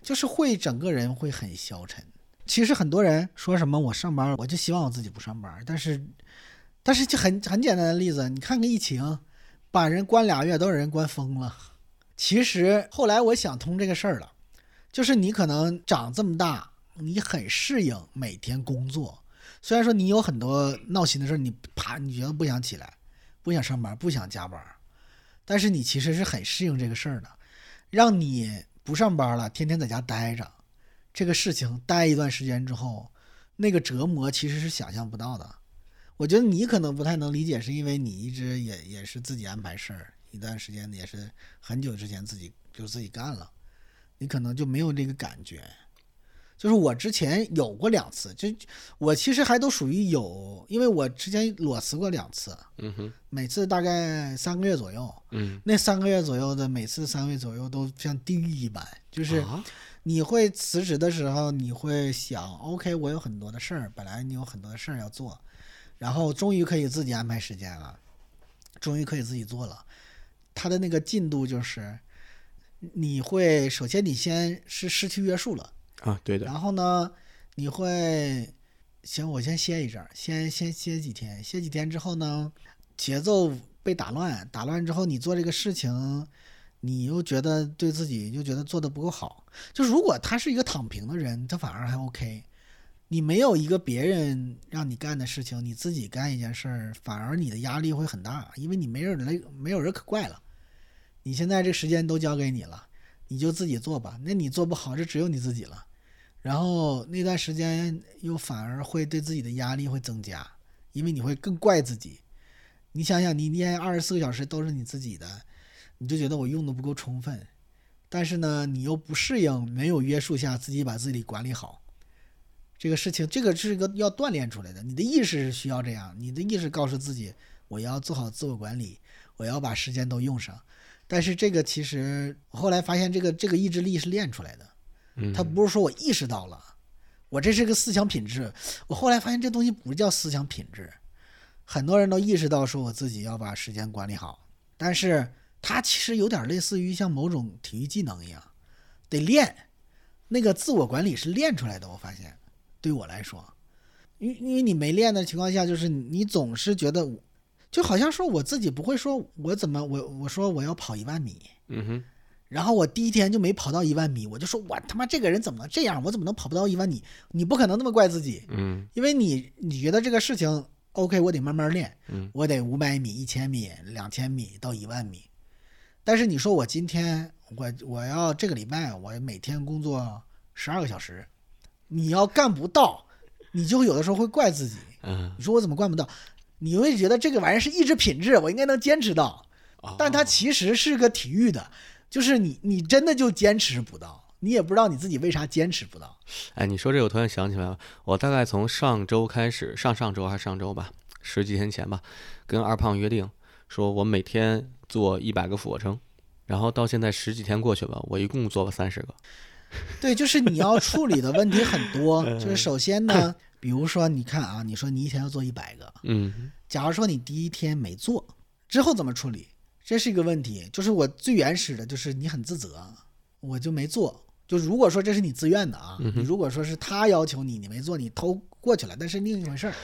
Speaker 2: 就是会整个人会很消沉。其实很多人说什么我上班，我就希望我自己不上班，但是，但是就很很简单的例子，你看看疫情，把人关俩月，都让人关疯了。其实后来我想通这个事儿了，就是你可能长这么大，你很适应每天工作，虽然说你有很多闹心的事儿，你啪你觉得不想起来，不想上班，不想加班，但是你其实是很适应这个事儿的，让你不上班了，天天在家待着，这个事情待一段时间之后，那个折磨其实是想象不到的。我觉得你可能不太能理解，是因为你一直也也是自己安排事儿，一段时间也是很久之前自己就自己干了，你可能就没有这个感觉。就是我之前有过两次，就我其实还都属于有，因为我之前裸辞过两次，
Speaker 1: 嗯哼，
Speaker 2: 每次大概三个月左右。
Speaker 1: 嗯，
Speaker 2: 那三个月左右的，每次三个月左右都像地狱一般，就是
Speaker 1: 啊
Speaker 2: 你会辞职的时候，你会想，OK，我有很多的事儿，本来你有很多的事儿要做，然后终于可以自己安排时间了，终于可以自己做了。他的那个进度就是，你会首先你先是失去约束了，
Speaker 1: 啊，对的，
Speaker 2: 然后呢，你会行，我先歇一阵儿，先先歇几天，歇几天之后呢，节奏被打乱，打乱之后你做这个事情，你又觉得对自己又觉得做的不够好。就如果他是一个躺平的人，他反而还 OK。你没有一个别人让你干的事情，你自己干一件事儿，反而你的压力会很大，因为你没人来，没有人可怪了。你现在这时间都交给你了，你就自己做吧。那你做不好，这只有你自己了。然后那段时间又反而会对自己的压力会增加，因为你会更怪自己。你想想，你一天二十四个小时都是你自己的，你就觉得我用的不够充分，但是呢，你又不适应没有约束下自己把自己管理好。这个事情，这个是个要锻炼出来的。你的意识是需要这样，你的意识告诉自己，我要做好自我管理，我要把时间都用上。但是这个其实我后来发现，这个这个意志力是练出来的。
Speaker 1: 嗯，
Speaker 2: 他不是说我意识到了，我这是个思想品质。我后来发现这东西不叫思想品质，很多人都意识到说我自己要把时间管理好，但是它其实有点类似于像某种体育技能一样，得练。那个自我管理是练出来的，我发现对我来说，因为因为你没练的情况下，就是你你总是觉得我，就好像说我自己不会说我怎么我我说我要跑一万米，
Speaker 1: 嗯哼，
Speaker 2: 然后我第一天就没跑到一万米，我就说我他妈这个人怎么能这样？我怎么能跑不到一万米？你不可能那么怪自己，
Speaker 1: 嗯，
Speaker 2: 因为你你觉得这个事情 OK，我得慢慢练，
Speaker 1: 嗯
Speaker 2: 我得五百米、一千米、两千米到一万米。但是你说我今天我我要这个礼拜我每天工作十二个小时，你要干不到，你就有的时候会怪自己，
Speaker 1: 嗯，
Speaker 2: 你说我怎么干不到？你会觉得这个玩意儿是意志品质，我应该能坚持到。
Speaker 1: 哦
Speaker 2: 但它其实是个体育的，就是你你真的就坚持不到，你也不知道你自己为啥坚持不到。
Speaker 1: 哎，你说这个，我突然想起来了，我大概从上周开始，上上周还是上周吧，十几天前吧，跟二胖约定，说我每天做一百个俯卧撑，然后到现在十几天过去了，我一共做了三十个。
Speaker 2: 对，就是你要处理的问题很多，就是首先呢，比如说你看啊，你说你一天要做一百个，
Speaker 1: 嗯
Speaker 2: 假如说你第一天没做，之后怎么处理？这是一个问题。就是我最原始的，就是你很自责，我就没做。就如果说这是你自愿的啊，你如果说是他要求你，你没做，你偷过去了，那是另一回事儿。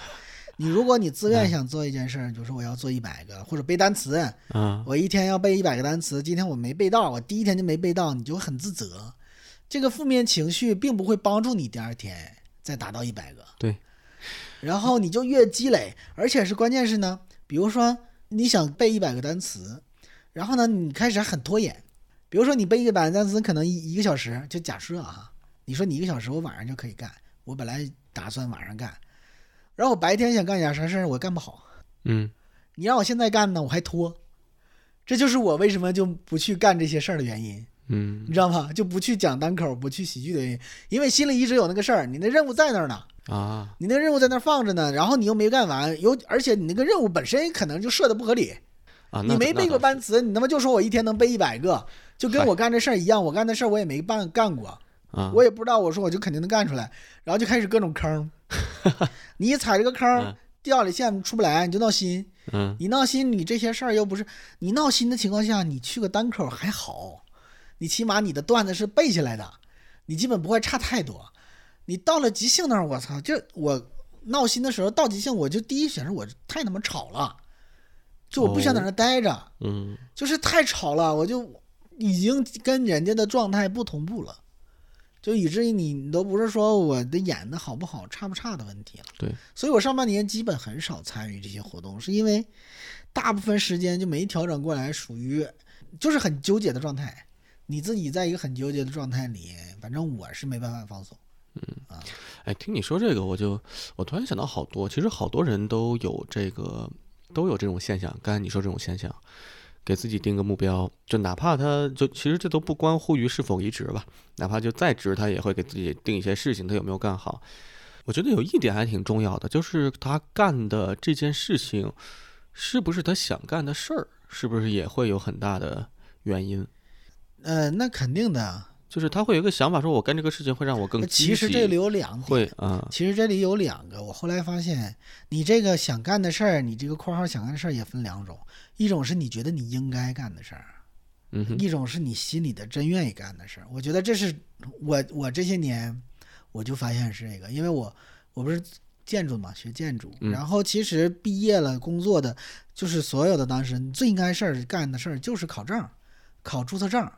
Speaker 2: 你如果你自愿想做一件事儿，就是我要做一百个，或者背单词，
Speaker 1: 啊，
Speaker 2: 我一天要背一百个单词，今天我没背到，我第一天就没背到，你就很自责。这个负面情绪并不会帮助你第二天再达到一百个，
Speaker 1: 对，
Speaker 2: 然后你就越积累，而且是关键是呢，比如说你想背一百个单词，然后呢你开始还很拖延，比如说你背一个百单词，可能一一个小时，就假设啊，你说你一个小时，我晚上就可以干，我本来打算晚上干，然后我白天想干点啥事儿，我干不好。
Speaker 1: 嗯
Speaker 2: 你让我现在干呢，我还拖，这就是我为什么就不去干这些事儿的原因，
Speaker 1: 嗯
Speaker 2: 你知道吗？就不去讲单口，不去喜剧的原因，因为心里一直有那个事儿，你那任务在那儿呢，
Speaker 1: 啊，
Speaker 2: 你那任务在那儿放着呢，然后你又没干完，有而且你那个任务本身可能就设的不合理，
Speaker 1: 啊，那
Speaker 2: 你没
Speaker 1: 那
Speaker 2: 背过
Speaker 1: 倒
Speaker 2: 单
Speaker 1: 是，
Speaker 2: 词，你他妈就说我一天能背一百个，就跟
Speaker 1: 嗨
Speaker 2: 我干这事儿一样，我干的事儿我也没办干过，
Speaker 1: 啊，
Speaker 2: 我也不知道，我说我就肯定能干出来，然后就开始各 种坑，你一踩这个坑
Speaker 1: 嗯，
Speaker 2: 掉里线出不来，你就闹心。
Speaker 1: 嗯
Speaker 2: 你闹心，你这些事儿又不是你闹心的情况下，你去个单口还好，你起码你的段子是背下来的，你基本不会差太多。你到了即兴那儿，我操，就我闹心的时候到即兴，我就第一选择我太他妈吵了，就我不想在那儿待着，
Speaker 1: 嗯
Speaker 2: 就是太吵了，我就已经跟人家的状态不同步了。就以至于你都不是说我的演的好不好、差不差的问题了。
Speaker 1: 对，
Speaker 2: 所以我上半年基本很少参与这些活动，是因为大部分时间就没调整过来，属于就是很纠结的状态。你自己在一个很纠结的状态里，反正我是没办法放松。
Speaker 1: 哎，听你说这个，我就我突然想到好多，其实好多人都有这个都有这种现象。刚才你说这种现象，给自己定个目标，就哪怕他就其实这都不关乎于是否离职吧，哪怕就在职，他也会给自己定一些事情，他有没有干好。我觉得有一点还挺重要的，就是他干的这件事情是不是他想干的事儿，是不是也会有很大的原因。
Speaker 2: 呃，那肯定的。
Speaker 1: 就是他会有一个想法，说我干这个事情会让我更积极，
Speaker 2: 其实这里有两
Speaker 1: 会
Speaker 2: 点，
Speaker 1: 啊，
Speaker 2: 其实这里有两个。我后来发现，你这个想干的事儿，你这个括号想干的事儿也分两种，一种是你觉得你应该干的事儿，
Speaker 1: 嗯哼，
Speaker 2: 一种是你心里的真愿意干的事儿。我觉得这是我我这些年我就发现是这个，因为我我不是建筑嘛，学建筑，
Speaker 1: 嗯
Speaker 2: 然后其实毕业了工作的，就是所有的当时你最应该事儿干的事儿就是考证，考注册证。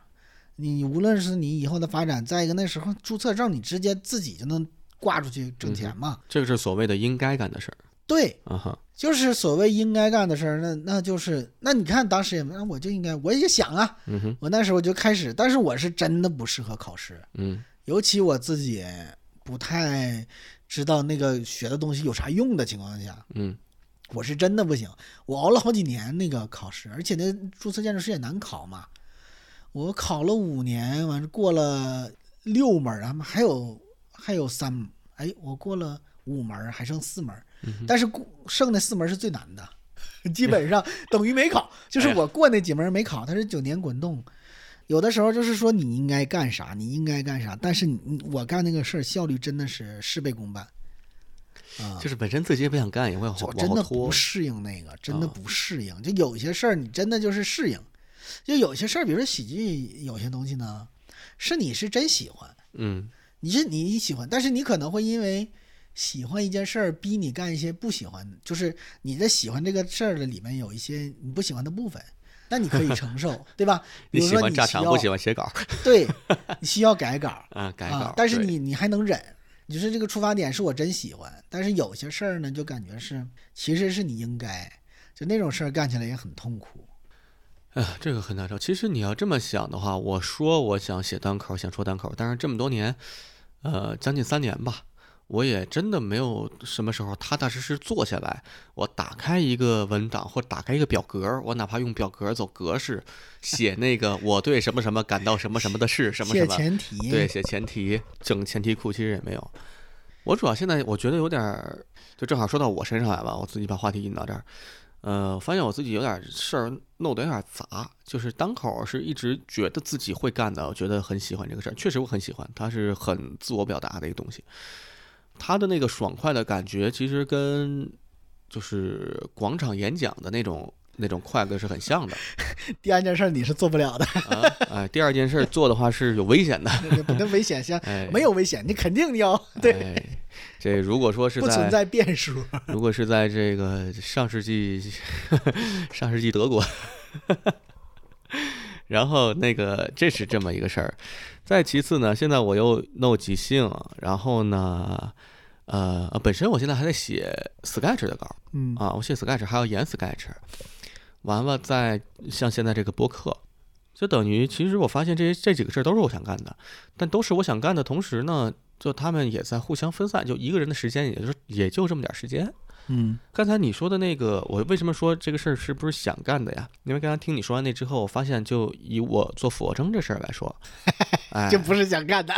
Speaker 2: 你无论是你以后的发展，再一个那时候注册证你直接自己就能挂出去挣钱嘛。
Speaker 1: 这个是所谓的应该干的事儿。
Speaker 2: 对，
Speaker 1: 啊哈，
Speaker 2: 就是所谓应该干的事儿，那那就是那你看当时也那我就应该我也想啊，
Speaker 1: 嗯哼，
Speaker 2: 我那时候就开始，但是我是真的不适合考试，
Speaker 1: 嗯
Speaker 2: 尤其我自己不太知道那个学的东西有啥用的情况下，
Speaker 1: 嗯
Speaker 2: 我是真的不行。我熬了好几年那个考试，而且那注册建筑师也难考嘛，我考了五年，完了过了六门儿，他们还有还有三门，哎，我过了五门儿，还剩四门儿，但是过剩那四门儿是最难的。基本上等于没考，就是我过那几门儿没考，它是九年滚动，有的时候就是说你应该干啥，你应该干啥，但是你你我干那个事儿效率真的是事倍功半，啊，
Speaker 1: 就是本身自己也不想干，也哦会往
Speaker 2: 我
Speaker 1: 后
Speaker 2: 真
Speaker 1: 往后
Speaker 2: 的
Speaker 1: 拖
Speaker 2: 不。适应那个，真的
Speaker 1: 啊
Speaker 2: 不适应。就有些事儿你真的就是适应，就有些事儿，比如说喜剧，有些东西呢，是你是真喜欢，
Speaker 1: 嗯
Speaker 2: 你是你喜欢，但是你可能会因为喜欢一件事儿，逼你干一些不喜欢，就是你在喜欢这个事儿的里面有一些你不喜欢的部分，那你可以承受，对 吧？比
Speaker 1: 你
Speaker 2: 如
Speaker 1: 喜
Speaker 2: 说
Speaker 1: 欢
Speaker 2: 你
Speaker 1: 炸
Speaker 2: 需
Speaker 1: 场，
Speaker 2: 要
Speaker 1: 不喜欢写稿
Speaker 2: 对，你需要改稿，
Speaker 1: 啊，改稿。
Speaker 2: 啊，但是
Speaker 1: 对
Speaker 2: 你你还能忍，就是这个出发点是我真喜欢，但是有些事儿呢，就感觉是其实是你应该，就那种事儿干起来也很痛苦。
Speaker 1: 啊，这个很难受。其实你要这么想的话，我说我想写单口，想说单口，但是这么多年，呃，将近三年吧，我也真的没有什么时候踏踏实实坐下来，我打开一个文档或打开一个表格，我哪怕用表格走格式写那个我对什么什么感到什么什么的事，什么
Speaker 2: 谢
Speaker 1: 什么。
Speaker 2: 前提，
Speaker 1: 对，写前提，整前提库其实也没有。我主要现在我觉得有点儿，就正好说到我身上来吧，我自己把话题引到这儿。呃，我发现我自己有点儿事儿弄得有点儿杂，就是单口儿是一直觉得自己会干的，我觉得很喜欢这个事儿，确实我很喜欢，它是很自我表达的一个东西。它的那个爽快的感觉，其实跟就是广场演讲的那种那种快乐是很像的
Speaker 2: 第二件事儿你是做不了的，
Speaker 1: 啊。哎，第二件事儿做的话是有危险的，
Speaker 2: 不跟危险相
Speaker 1: 哎，
Speaker 2: 没有危险，你肯定要对，
Speaker 1: 哎， 这如果说是
Speaker 2: 不存在变数。
Speaker 1: 如果是在这个上世纪 上世纪德国， 然后那个这是这么一个事儿。再其次呢，现在我又弄即兴，然后呢，呃，呃本身我现在还在写 Sketch 的稿儿
Speaker 2: 嗯
Speaker 1: 啊，我写 Sketch 还要演 Sketch，完了再像现在这个播客，就等于其实我发现这些这几个事儿都是我想干的，但都是我想干的同时呢，就他们也在互相分散，就一个人的时间也就是也就这么点儿时间。
Speaker 2: 嗯
Speaker 1: 刚才你说的那个，我为什么说这个事儿是不是想干的呀？因为刚才听你说完那之后，我发现就以我做俯卧撑这事儿来 说，哎，
Speaker 2: 这不是想干的，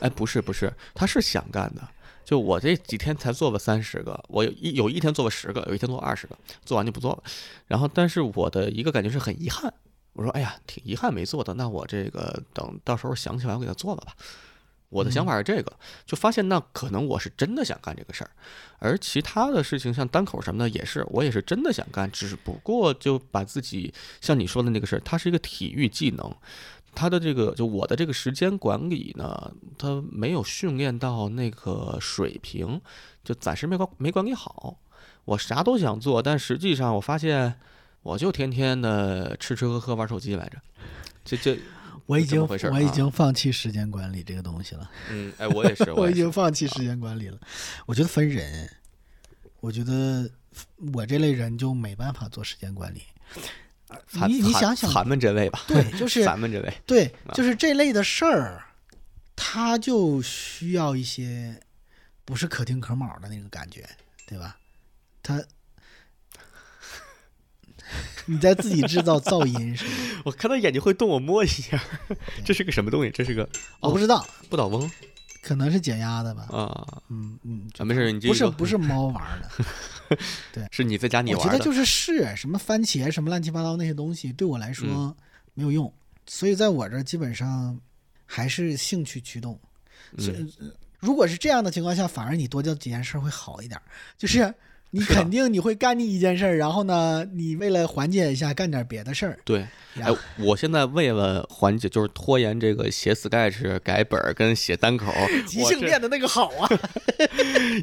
Speaker 1: 哎，不是不是，他是想干的。就我这几天才做了三十个，我有一有一天做了十个，有一天做二十个，做完就不做了。然后，但是我的一个感觉是很遗憾，我说哎呀，挺遗憾没做的。那我这个等到时候想起来，我给它做了吧。我的想法是这个，就发现那可能我是真的想干这个事儿，而其他的事情像单口什么的也是，我也是真的想干，只不过就把自己像你说的那个事儿，它是一个体育技能，他的这个就我的这个时间管理呢，他没有训练到那个水平，就暂时没管没管理好。我啥都想做，但实际上我发现，我就天天的吃吃喝喝玩手机来着。这这，
Speaker 2: 我已
Speaker 1: 这么
Speaker 2: 经
Speaker 1: 回事儿
Speaker 2: 我已
Speaker 1: 啊
Speaker 2: 经放弃时间管理这个东西了，
Speaker 1: 嗯，哎，我也 是，
Speaker 2: 我
Speaker 1: 也
Speaker 2: 已
Speaker 1: 是啊
Speaker 2: 经放弃时间管理了。我觉得分人，我觉得我这类人就没办法做时间管理。
Speaker 1: 惨
Speaker 2: 你你
Speaker 1: 惨
Speaker 2: 想想
Speaker 1: 咱们这位吧，
Speaker 2: 对，就是
Speaker 1: 咱们这位，
Speaker 2: 对
Speaker 1: 啊，
Speaker 2: 就是这类的事儿，它就需要一些不是可丁可卯的那个感觉，对吧？ 它，你在自己制造噪音是吗？
Speaker 1: 我看他眼睛会动，我摸一下，这是个什么东西？这是个
Speaker 2: 我不知道，
Speaker 1: 不倒翁
Speaker 2: 可能是减压的吧。
Speaker 1: 啊
Speaker 2: 嗯嗯，
Speaker 1: 啊，没事，你继
Speaker 2: 不
Speaker 1: 续
Speaker 2: 是
Speaker 1: 说
Speaker 2: 不是猫玩儿的，
Speaker 1: 是你在家 你
Speaker 2: 我觉
Speaker 1: 玩
Speaker 2: 得
Speaker 1: 的，
Speaker 2: 就是是什么番茄什么乱七八糟那些东西对我来说
Speaker 1: 嗯
Speaker 2: 没有用，所以在我这儿基本上还是兴趣驱动。是
Speaker 1: 嗯，
Speaker 2: 如果是这样的情况下，反而你多做几件事儿会好一点儿。就是你
Speaker 1: 嗯是的
Speaker 2: 肯定你会干一件事儿，然后呢，你为了缓解一下，干点别 的事儿。
Speaker 1: 对，
Speaker 2: 然
Speaker 1: 哎
Speaker 2: 后，
Speaker 1: 我现在为了缓解，就是拖延这个写 sketch 改本儿跟写单口，
Speaker 2: 即
Speaker 1: 我
Speaker 2: 兴
Speaker 1: 这
Speaker 2: 练的那个好啊，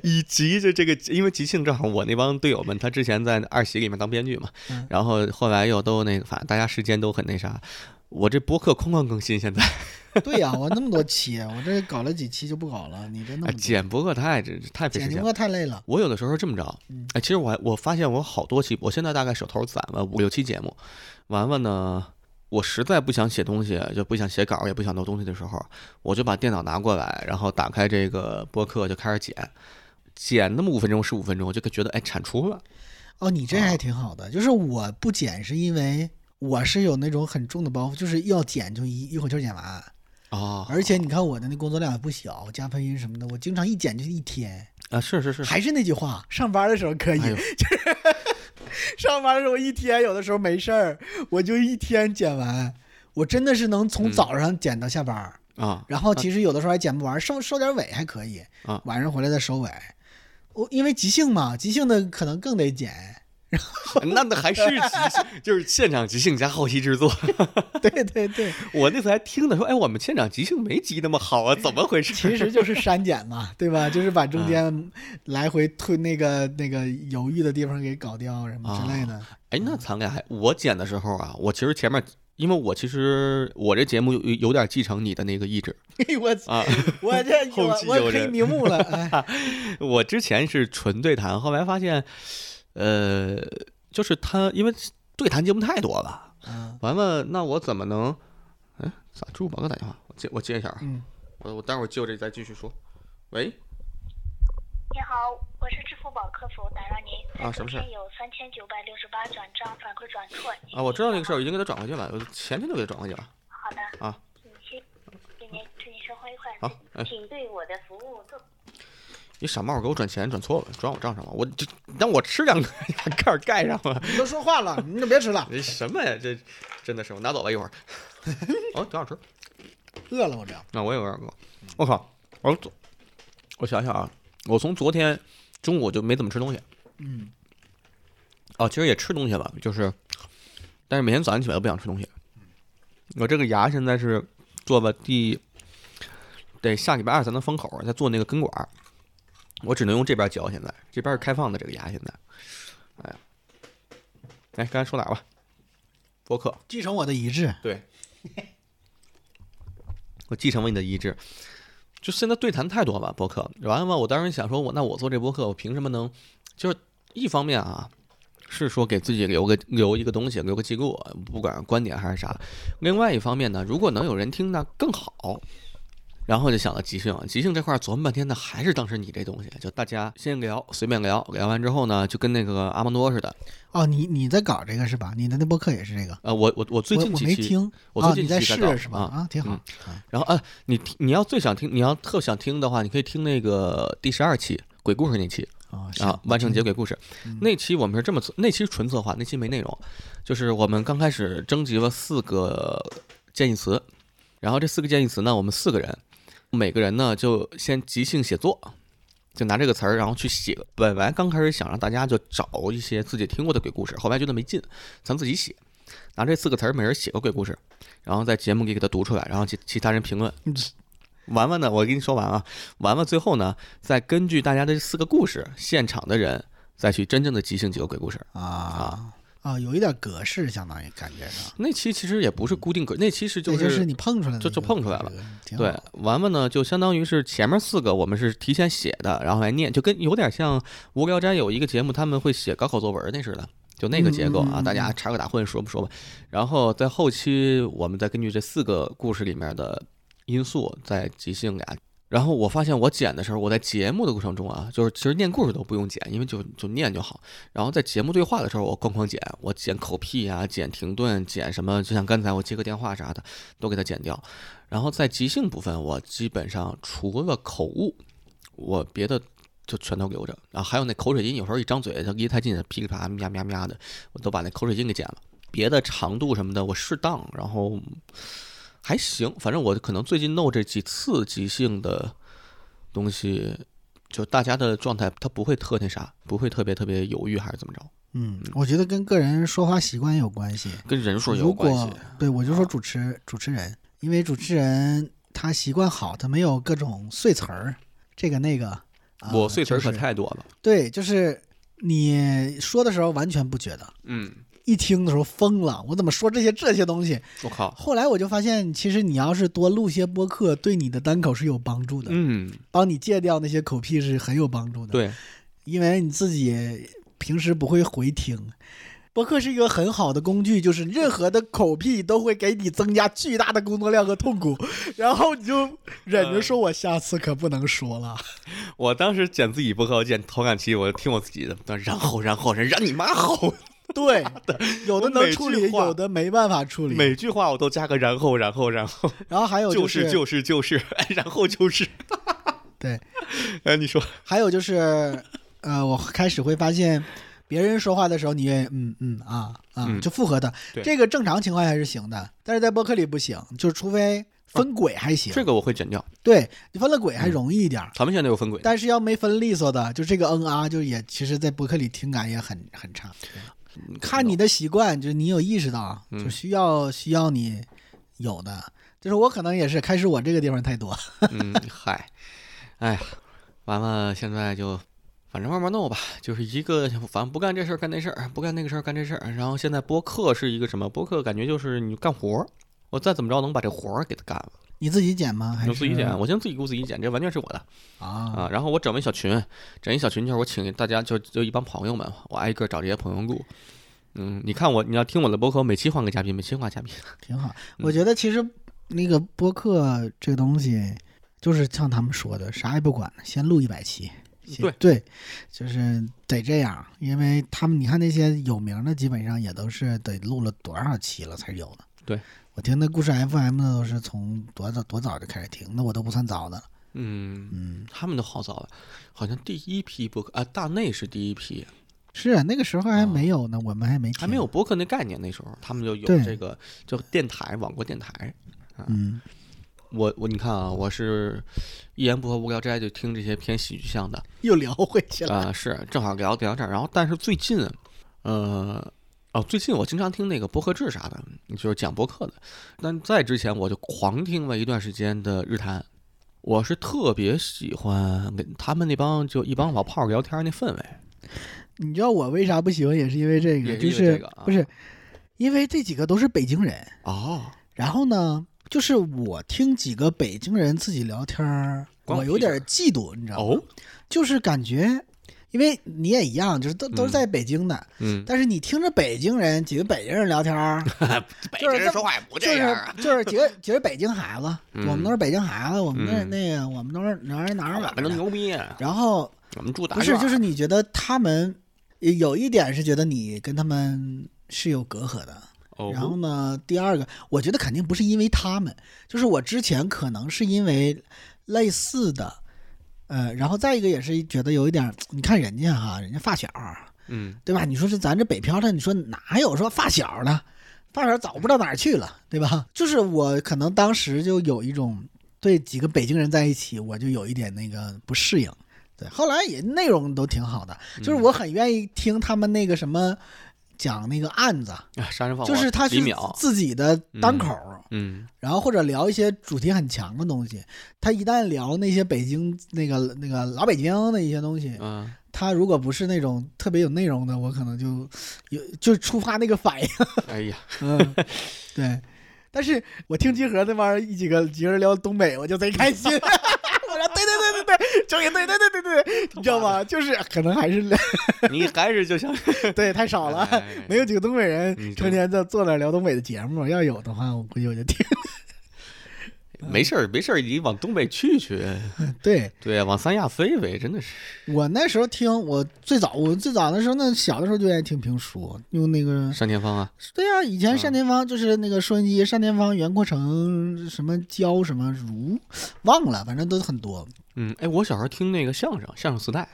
Speaker 1: 以及就这个，因为即兴正好我那帮队友们，他之前在二喜里面当编剧嘛，
Speaker 2: 嗯
Speaker 1: 然后后来又都那个，反正大家时间都很那啥。我这播客空旷更新，现在、
Speaker 2: 对呀、我那么多期，啊我这搞了几期就不搞了，你这那么
Speaker 1: 哎、
Speaker 2: 多，
Speaker 1: 剪播客太这太费
Speaker 2: 剪
Speaker 1: 时
Speaker 2: 辑
Speaker 1: 间了。
Speaker 2: 播太累了。
Speaker 1: 我有的时候这么着，
Speaker 2: 嗯
Speaker 1: 哎，其实我还我发现我好多期，我现在大概手头攒了五六期节目，完了呢，我实在不想写东西，就不想写稿，也不想弄东西的时候，我就把电脑拿过来，然后打开这个播客就开始剪，剪那么五分钟十五分钟，我就觉得哎产出了，
Speaker 2: 哦，你
Speaker 1: 啊
Speaker 2: 这还挺好的，就是我不剪是因为我是有那种很重的包袱，就是要剪就一一口气儿剪完。
Speaker 1: 哦
Speaker 2: 而且你看我的那工作量也不小，加配音什么的，我经常一剪就是一天。
Speaker 1: 啊是是是，
Speaker 2: 还是那句话，上班的时候可以，
Speaker 1: 哎 呦
Speaker 2: 上班的时候一天，有的时候没事儿，我就一天剪完。我真的是能
Speaker 1: 嗯
Speaker 2: 从早上剪到下班儿，
Speaker 1: 啊
Speaker 2: 然后其实有的时候还剪不完，收收点尾还可以，
Speaker 1: 啊
Speaker 2: 晚上回来再收尾。我因为即兴嘛，即兴的可能更 得剪。
Speaker 1: 那那还是即兴，就是现场即兴加后期制作。
Speaker 2: 对对对，
Speaker 1: 我那次还听的说，哎，我们现场即兴没即那么好啊，怎么回事？
Speaker 2: 其实就是删减嘛，对吧？就是把中
Speaker 1: 啊
Speaker 2: 间来回退那个那个犹豫的地方给搞掉什么之类的。
Speaker 1: 哎，那咱俩还我剪的时候啊，我其实前面，因为我其实我这节目有有点继承你的那个意志
Speaker 2: 嘿 我
Speaker 1: 啊。
Speaker 2: 我这
Speaker 1: 后
Speaker 2: 我
Speaker 1: 继有
Speaker 2: 我可以
Speaker 1: 人
Speaker 2: 瞑目了， 哎，
Speaker 1: 我之前是纯对谈，后来发现，呃，就是他因为对谈节目太多了，
Speaker 2: 嗯
Speaker 1: 完了，那我怎么能？哎，咋猪宝哥打电话？我接我接一下啊，
Speaker 2: 嗯，
Speaker 1: 我我待会儿就这再继续说。喂，
Speaker 3: 你好，我是支付宝客服，打扰您。
Speaker 1: 啊什么事儿
Speaker 3: 昨天有三千九百六十八转账反馈转错。
Speaker 1: 啊，我知道那个事儿，我已经给他转过去了，我前天就给他转过去了。
Speaker 3: 好的。
Speaker 1: 啊。
Speaker 3: 你去，给您祝您生活愉快。
Speaker 1: 好，哎，
Speaker 3: 请对我的服务做。
Speaker 1: 你傻帽给我转钱转错了，转我账上了，我这让我吃两个， 盖儿盖上了。
Speaker 2: 你都说话了，你就别吃了，
Speaker 1: 这什么呀？这真的是我拿走吧一会儿。 哦，挺好吃。
Speaker 2: 饿了我这。
Speaker 1: 那、我也有点饿。我靠！我昨我想想啊，我从昨天中午就没怎么吃东西。
Speaker 2: 嗯，
Speaker 1: 哦，其实也吃东西了，就是，但是每天早上起来都不想吃东西。我这个牙现在是做了第，得下礼拜二才能封口，再做那个根管儿。我只能用这边嚼，现在这边是开放的这个牙现在。哎呀，哎，刚才说哪儿吧？播客。
Speaker 2: 继承我的遗志，
Speaker 1: 对，我继承了你的遗志。就现在对谈太多了，播客。完了嘛，我当时想说我，那我做这播客，我凭什么能？就是一方面啊，是说给自己留个留一个东西，留个记录，不管观点还是啥。另外一方面呢，如果能有人听那更好。然后就想到即兴，即兴这块儿琢磨半天呢，还是当时你这东西，就大家先聊，随便聊，聊完之后呢，就跟那个阿蒙多似的。
Speaker 2: 哦，你你在搞这个是吧？你的那播客也是这个。
Speaker 1: 呃，我我我最
Speaker 2: 我
Speaker 1: 近
Speaker 2: 我
Speaker 1: 几
Speaker 2: 没
Speaker 1: 期，
Speaker 2: 听，
Speaker 1: 我
Speaker 2: 啊，
Speaker 1: 最
Speaker 2: 你
Speaker 1: 近几期搞
Speaker 2: 试是吧？
Speaker 1: 啊
Speaker 2: 啊，挺好
Speaker 1: 嗯。然后啊，你听你要最想听，你要特想听的话，你可以听那个第十二期鬼故事那期
Speaker 2: 啊
Speaker 1: 啊，万圣节鬼故事
Speaker 2: 嗯
Speaker 1: 那期，我们是这么策那期纯策划，那期没内容，就是我们刚开始征集了四个建议词，然后这四个建议词呢，我们四个人，每个人呢就先即兴写作。就拿这个词儿，然后去写。本来刚开始想让大家就找一些自己听过的鬼故事，后来觉得没劲，咱自己写，拿这四个词儿每人写个鬼故事，然后在节目里给它读出来，然后其其他人评论。
Speaker 2: 嗯
Speaker 1: 玩玩呢，我跟你说完啊，玩玩最后呢，再根据大家的这四个故事，现场的人再去真正的即兴几个鬼故事。
Speaker 2: 啊啊，有一点格式，相当于感觉上，
Speaker 1: 那期其实也不是固定鬼，那期是
Speaker 2: 这
Speaker 1: 是啊
Speaker 2: 是你碰出来的一
Speaker 1: 就
Speaker 2: 个，
Speaker 1: 就碰出来了
Speaker 2: 这个，挺好嗯
Speaker 1: 对，玩玩呢，就相当于是前面四个我们是提前写的，然后来念，就跟有点像《无聊斋》有一个节目，他们会写高考作文那似的，就那个结构
Speaker 2: 嗯
Speaker 1: 啊，
Speaker 2: 嗯嗯
Speaker 1: 大家插科打诨说不说吧。然后在后期，我们再根据这四个故事里面的因素再即兴俩。然后我发现我剪的时候，我在节目的过程中啊，就是其实念故事都不用剪，因为就就念就好。然后在节目对话的时候，我哐哐剪，我剪口癖啊，剪停顿，剪什么，就像刚才我接个电话啥的，都给它剪掉。然后在即兴部分，我基本上除了口误，我别的就全都留着。然后还有那口水音，有时候一张嘴它离太近，噼里啪啦喵喵喵的，我都把那口水音给剪了。别的长度什么的，我适当，然后还行。反正我可能最近弄这几次即兴的东西，就大家的状态，它不会特那啥，不会特别特别犹豫还是怎么着，
Speaker 2: 嗯，我觉得跟个人说话习惯有关系。
Speaker 1: 跟人数也有
Speaker 2: 如
Speaker 1: 关
Speaker 2: 果
Speaker 1: 系。啊
Speaker 2: 对我就说主持主持人，因为主持人他习惯好，他没有各种碎词儿，这个那个。啊
Speaker 1: 我碎词儿
Speaker 2: 就
Speaker 1: 可
Speaker 2: 是
Speaker 1: 太多了，
Speaker 2: 对，就是你说的时候完全不觉得，
Speaker 1: 嗯，
Speaker 2: 一听的时候疯了，我怎么说这些这些东西？
Speaker 1: 我靠，
Speaker 2: 后来我就发现，其实你要是多录些播客，对你的单口是有帮助的，
Speaker 1: 嗯，
Speaker 2: 帮你戒掉那些口癖是很有帮助的。，
Speaker 1: 对，
Speaker 2: 因为你自己平时不会回听。播客是一个很好的工具，就是任何的口癖都会给你增加巨大的工作量和痛苦，然后你就忍
Speaker 1: 嗯
Speaker 2: 着说：“我下次可不能说 了。
Speaker 1: 我当时剪自己播客，我剪头感期，我听我自己的，然后然后然让你妈吼，
Speaker 2: 对，有的能处
Speaker 1: 我每
Speaker 2: 理，
Speaker 1: 句话
Speaker 2: 有的没办法处理。
Speaker 1: 每句话我都加个然后然后然后，
Speaker 2: 然后还有、
Speaker 1: 就是是就是就是，哎然后就是，
Speaker 2: 对，
Speaker 1: 哎你说，
Speaker 2: 还有就是，呃，我开始会发现别人说话的时候，你愿意嗯嗯啊啊
Speaker 1: 嗯
Speaker 2: 就附和他，
Speaker 1: 对
Speaker 2: 这个正常情况下是行的，但是在播客里不行，就是除非分轨还行，
Speaker 1: 啊这个我嗯会剪掉，
Speaker 2: 对你分了轨还容易一点儿。
Speaker 1: 咱们现在有分轨，
Speaker 2: 但是要没分利索的，就这个嗯啊，就也其实，在播客里听感也很很差。看你的习惯，就是你有意识到，
Speaker 1: 嗯
Speaker 2: 就需要需要你有的。就是我可能也是开始我这个地方太多，
Speaker 1: 嗯，嗨，哎呀，完了，现在就反正慢慢弄吧，就是一个反正不干这事儿干那事儿，不干那个事儿干这事儿。然后现在播客是一个什么？播客感觉就是你干活儿，我再怎么着能把这活儿给它干了。
Speaker 2: 你自己剪吗？还
Speaker 1: 我
Speaker 2: 是
Speaker 1: 自己剪，我先自己给我自己剪，这完全是我的
Speaker 2: 啊
Speaker 1: 啊。然后我整了一小群，整一小群就是我请大家就就一帮朋友们，我挨个找这些朋友录。嗯，你看我，你要听我的播客，我每期换个嘉宾，每期换个嘉宾。
Speaker 2: 挺好。
Speaker 1: 嗯
Speaker 2: 我觉得其实那个播客这个东西，就是像他们说的，啥也不管，先录一百期。先
Speaker 1: 对
Speaker 2: 对，就是得这样，因为他们你看那些有名的，基本上也都是得录了多少期了才有的。
Speaker 1: 对，
Speaker 2: 我听那故事 FM 的都是从多早多早就开始听，那我都不算早的了。
Speaker 1: 嗯，
Speaker 2: 嗯，
Speaker 1: 他们都好早了，好像第一批播客啊，大内是第一批，
Speaker 2: 是啊那个时候还没有呢，我们还没
Speaker 1: 还
Speaker 2: 听
Speaker 1: 没有。播客那概念，那时候他们就有
Speaker 2: 对
Speaker 1: 这个，就电台网络电台。
Speaker 2: 嗯，
Speaker 1: 我我你看啊，我是一言不合无聊斋就听这些偏喜剧向的
Speaker 2: 又聊回去了。
Speaker 1: 啊、是正好聊聊这儿。然后但是最近，呃，哦，最近我经常听那个播客志啥的，就是讲播客的。但在之前我就狂听了一段时间的日坛，我是特别喜欢跟他们那帮就一帮老炮儿聊天儿那氛围。
Speaker 2: 你知道我为啥不喜欢，也是因为这个，
Speaker 1: 也是因
Speaker 2: 就
Speaker 1: 为
Speaker 2: 是、
Speaker 1: 这个啊
Speaker 2: 不是因为这几个都是北京人。
Speaker 1: 哦，
Speaker 2: 然后呢，就是我听几个北京人自己聊天儿，
Speaker 1: 光
Speaker 2: 我
Speaker 1: 屁
Speaker 2: 有点
Speaker 1: 事儿
Speaker 2: 嫉妒，你知道吗？
Speaker 1: 哦，
Speaker 2: 就是感觉，因为你也一样，就是都都是在北京的，
Speaker 1: 嗯，
Speaker 2: 但是你听着北京人几个北京人聊天儿，
Speaker 4: 北
Speaker 2: 就
Speaker 4: 京
Speaker 2: 是这
Speaker 4: 人说话也 不
Speaker 2: 就
Speaker 4: 这样
Speaker 2: 是
Speaker 4: 啊。
Speaker 2: 就是几个几个北京孩子，
Speaker 1: 嗯
Speaker 2: 我们都是北京孩子，我们那
Speaker 1: 嗯
Speaker 2: 那个我们都是哪儿哪儿
Speaker 4: 我
Speaker 2: 哪
Speaker 4: 们
Speaker 2: 儿
Speaker 4: 都
Speaker 2: 的，
Speaker 4: 牛逼啊，
Speaker 2: 然后
Speaker 4: 我们住大
Speaker 2: 不是
Speaker 4: 院
Speaker 2: 就
Speaker 4: 儿
Speaker 2: 是你觉得他们有一点是觉得你跟他们是有隔阂的，然后
Speaker 1: 哦，
Speaker 2: 呢，第二个，我觉得肯定不是因为他们，就是我之前可能是因为类似的，呃，然后再一个也是觉得有一点儿，你看人家哈，人家发小，
Speaker 1: 嗯，
Speaker 2: 对吧？你说是咱这北漂的，你说哪有说发小呢？发小早不知道哪儿去了，对吧？就是我可能当时就有一种对几个北京人在一起，我就有一点那个不适应。对，后来也内容都挺好的，就是我很愿意听他们那个什么讲那个案子，
Speaker 1: 啊杀人放火，
Speaker 2: 就是他
Speaker 1: 李
Speaker 2: 是
Speaker 1: 淼，
Speaker 2: 自己的单口儿，
Speaker 1: 嗯
Speaker 2: 然后或者聊一些主题很强的东西。他一旦聊那些北京那个那个老北京的一些东西，
Speaker 1: 啊，
Speaker 2: 他如果不是那种特别有内容的，我可能就有就触发那个反应。
Speaker 1: 哎呀，
Speaker 2: 嗯，对。但是我听集合那帮人一几个几个人聊东北，我就贼开心。我 说对对对对对，周也对对对对对对，你知道吗？就是可能还是
Speaker 1: 你还是就想
Speaker 2: 对太少了。
Speaker 1: 哎
Speaker 2: 没有几个东北
Speaker 1: 嗯
Speaker 2: 人成天在坐那儿聊东北的节目，要有的话，我估计我就听。
Speaker 1: 没事儿，没事儿，你往东北去去，
Speaker 2: 对
Speaker 1: 对，啊往三亚飞飞，真的是，
Speaker 2: 我那时候听，我最早我最早的时候，那小的时候就愿意听评书，用那个
Speaker 1: 单田芳啊，
Speaker 2: 对啊，以前单田芳就是那个收音机，单田芳、袁阔成什么焦什么如，忘了，反正都很多
Speaker 1: 嗯，哎，我小时候听那个相声，相声磁带，